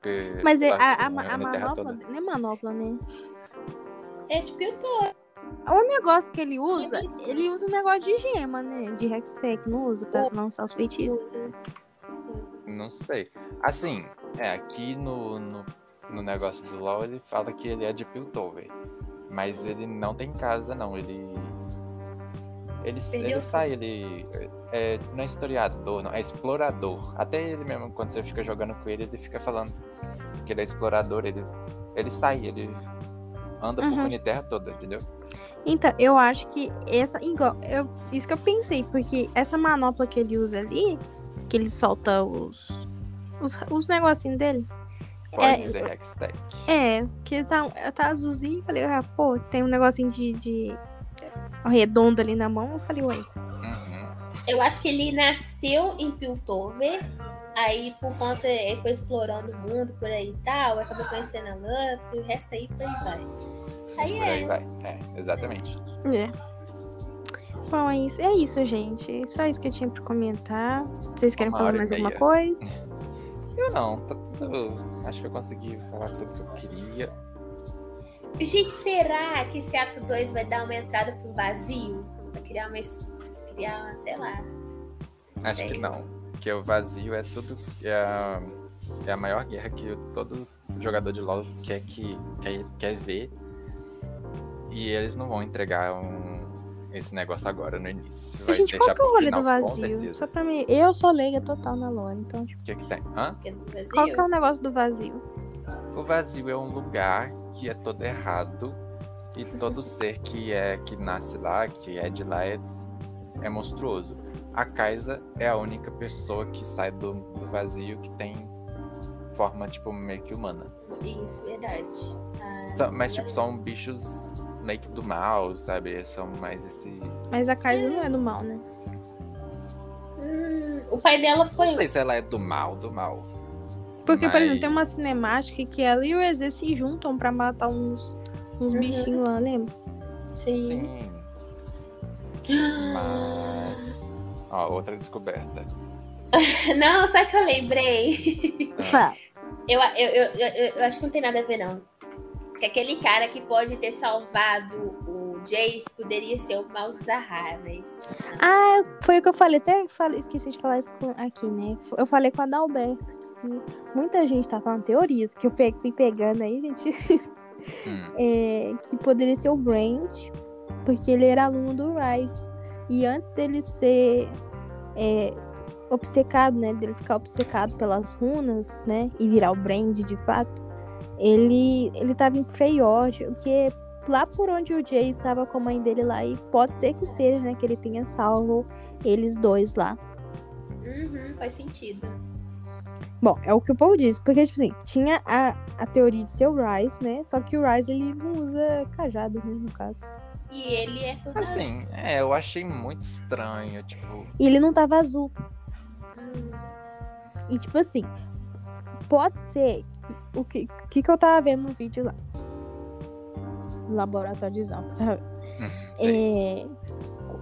S3: Porque
S2: Mas é,
S3: lá
S2: a, a,
S3: na
S2: a
S3: terra
S2: manopla,
S3: toda.
S2: não é manopla, né?
S1: É de Piltover.
S2: O negócio que ele usa,
S1: Ele usa.
S2: ele usa um negócio de gema, né? De Hextech, não usa pra lançar os feitiços.
S3: Não sei. Assim, é, aqui no, no, no negócio do LoL ele fala que ele é de Piltover. Mas ele não tem casa, não. Ele. Ele,
S1: Perdeu
S3: ele
S1: tudo.
S3: sai, ele. É, não é historiador, não, é explorador. Até ele mesmo, quando você fica jogando com ele, ele fica falando que ele é explorador, ele, ele sai, ele anda por
S2: Uhum.
S3: Uniterra toda, entendeu?
S2: Então, eu acho que essa. igual, eu- isso que eu pensei, porque essa manopla que ele usa ali, que ele solta os. Os, os negocinhos dele.
S3: Pode ser Hextech.
S2: É, que tá, tá azulzinho. eu Falei, ah, pô, tem um negocinho de. de eh, redondo ali na mão. Eu falei, ué.
S3: Uhum.
S1: Eu acho que ele nasceu em Piltover. Aí, por conta, ele foi explorando o mundo por aí e tal, acabou conhecendo a Lux e o resto aí por aí vai. Aí
S3: Por aí
S1: é.
S3: vai. É, exatamente.
S2: É. Bom, é isso. É isso, gente. É só isso que eu tinha pra comentar. Vocês querem
S3: Uma
S2: falar
S3: hora e
S2: mais alguma
S3: meia.
S2: coisa?
S3: Eu não, tá tudo. Acho que eu consegui falar tudo que eu queria.
S1: é. Gente, será que esse ato 2 vai dar uma entrada pro vazio? Vai criar uma. es- Criar uma, sei lá.
S3: Acho
S1: sei.
S3: que não. Porque o vazio é tudo. É a, é a maior guerra que todo jogador de LOL quer, que, quer, quer ver. E eles não vão entregar um- esse negócio agora no início. Vai
S2: Gente, qual
S3: deixar
S2: que é o
S3: pro
S2: rolê
S3: final,
S2: do
S3: com
S2: vazio?
S3: certeza.
S2: Só pra mim. Eu sou leiga total na lore, então, tipo,
S3: O que, que tem? Hã?
S1: Porque no vazio.
S2: qual que é o negócio do vazio?
S3: O vazio é um lugar que é todo errado. E todo ser que é que nasce lá, que é de lá, é, é monstruoso. A Kaisa é a única pessoa que sai do, do vazio que tem forma, tipo, meio que humana.
S1: Isso, verdade. Ah,
S3: São- mas, tipo, são bichos meio que do mal, sabe? São mais esse.
S2: Mas a Kaisa não é do mal, né?
S1: hum, o pai dela foi.
S3: Não sei se ela é do mal, do mal.
S2: Porque, por exemplo,
S3: Mas-
S2: tem uma cinemática que ela e o EZ se juntam pra matar uns, uns
S1: Uhum.
S2: bichinhos lá, lembra?
S1: Sim.
S3: Sim. Mas. Ó, outra descoberta.
S1: Não, sabe o que eu lembrei?
S2: Fala.
S1: Eu, eu, eu, eu, eu acho que não tem nada a ver, não. Que aquele cara que pode ter salvado o Jace poderia ser o Malzahar, mas.
S2: Foi o que eu falei, até falei- esqueci de falar isso com- aqui, né? Eu falei com a Adalberto que muita gente tá falando teorias que eu pe- fui pegando aí, gente,
S3: Hum,
S2: é, que poderia ser o Brand, porque ele era aluno do Rice. E antes dele ser é, obcecado, né? Dele ficar obcecado pelas runas, né? E virar o Brand de fato, ele, ele tava em Freyord, o que é lá por onde o Jay estava com a mãe dele lá. E pode ser que seja, né? Que ele tenha salvo eles dois lá.
S1: Uhum, faz sentido.
S2: Bom, é o que o povo diz, porque, tipo assim, tinha a, a teoria de ser o Rice, né? Só que o Rice, ele não usa cajado, né, no caso.
S1: E ele é toda.
S3: Assim, é, eu achei muito estranho, tipo.
S2: E ele não tava azul.
S1: Hum,
S2: E, tipo assim, pode ser que... O que, que que eu tava vendo no vídeo lá? Laboratóriozão, que eu tava
S3: sei.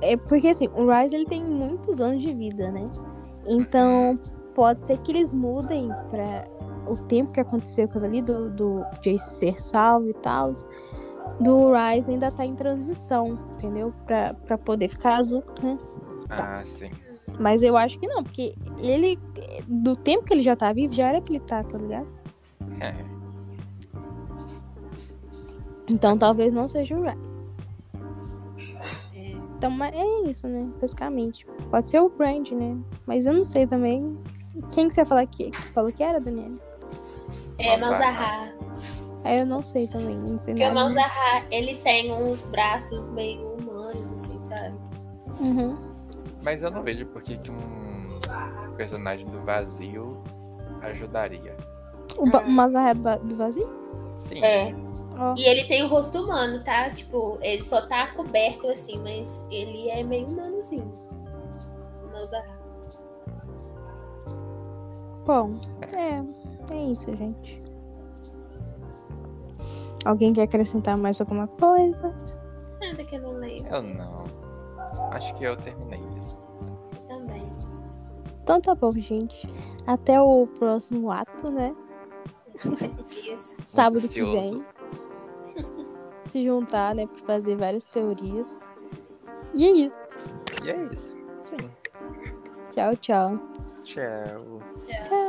S2: É, é porque assim, o Rice ele tem muitos anos de vida, né? Então pode ser que eles mudem para o tempo que aconteceu aquilo ali do, do Jace ser salvo e tal. Do Rice ainda tá em transição, entendeu? Pra, pra poder ficar azul, né?
S3: Ah, sim.
S2: Mas eu acho que não, porque ele, do tempo que ele já tá vivo, já era pra ele tá, tá ligado?
S3: É.
S2: Então talvez não seja o Rice. Então mas é isso, né? Basicamente. Pode ser o Brand, né? Mas eu não sei também. Quem que você ia falar que que falou que era, Daniela?
S1: É,
S3: Malzahar.
S1: Malzahar.
S2: Aí eu não sei também, não sei
S1: Porque o
S2: nada. né?
S1: Malzahar, ele tem uns braços meio humanos, assim, sabe?
S2: Uhum.
S3: Mas eu não vejo por que que um personagem do vazio ajudaria.
S2: O,
S1: Ah.
S2: ba- o Mazaré do, ba- do vazio?
S3: Sim.
S1: É.
S2: Ó.
S1: E ele tem o rosto humano, tá? Tipo, ele só tá coberto assim, mas ele é meio humanozinho. O Malzahar.
S2: Bom, é. É isso, gente. Alguém quer acrescentar mais alguma coisa?
S1: Nada que eu não lembro
S3: Eu não. Acho que eu terminei isso.
S1: também.
S2: Então tá bom, gente. Até o próximo ato, né?
S1: Sete dias.
S2: sábado que
S3: ansioso.
S2: vem. Se juntar, né, pra fazer várias teorias. E é isso.
S3: E é isso. Sim.
S2: Tchau, tchau.
S3: Tchau.
S2: Tchau.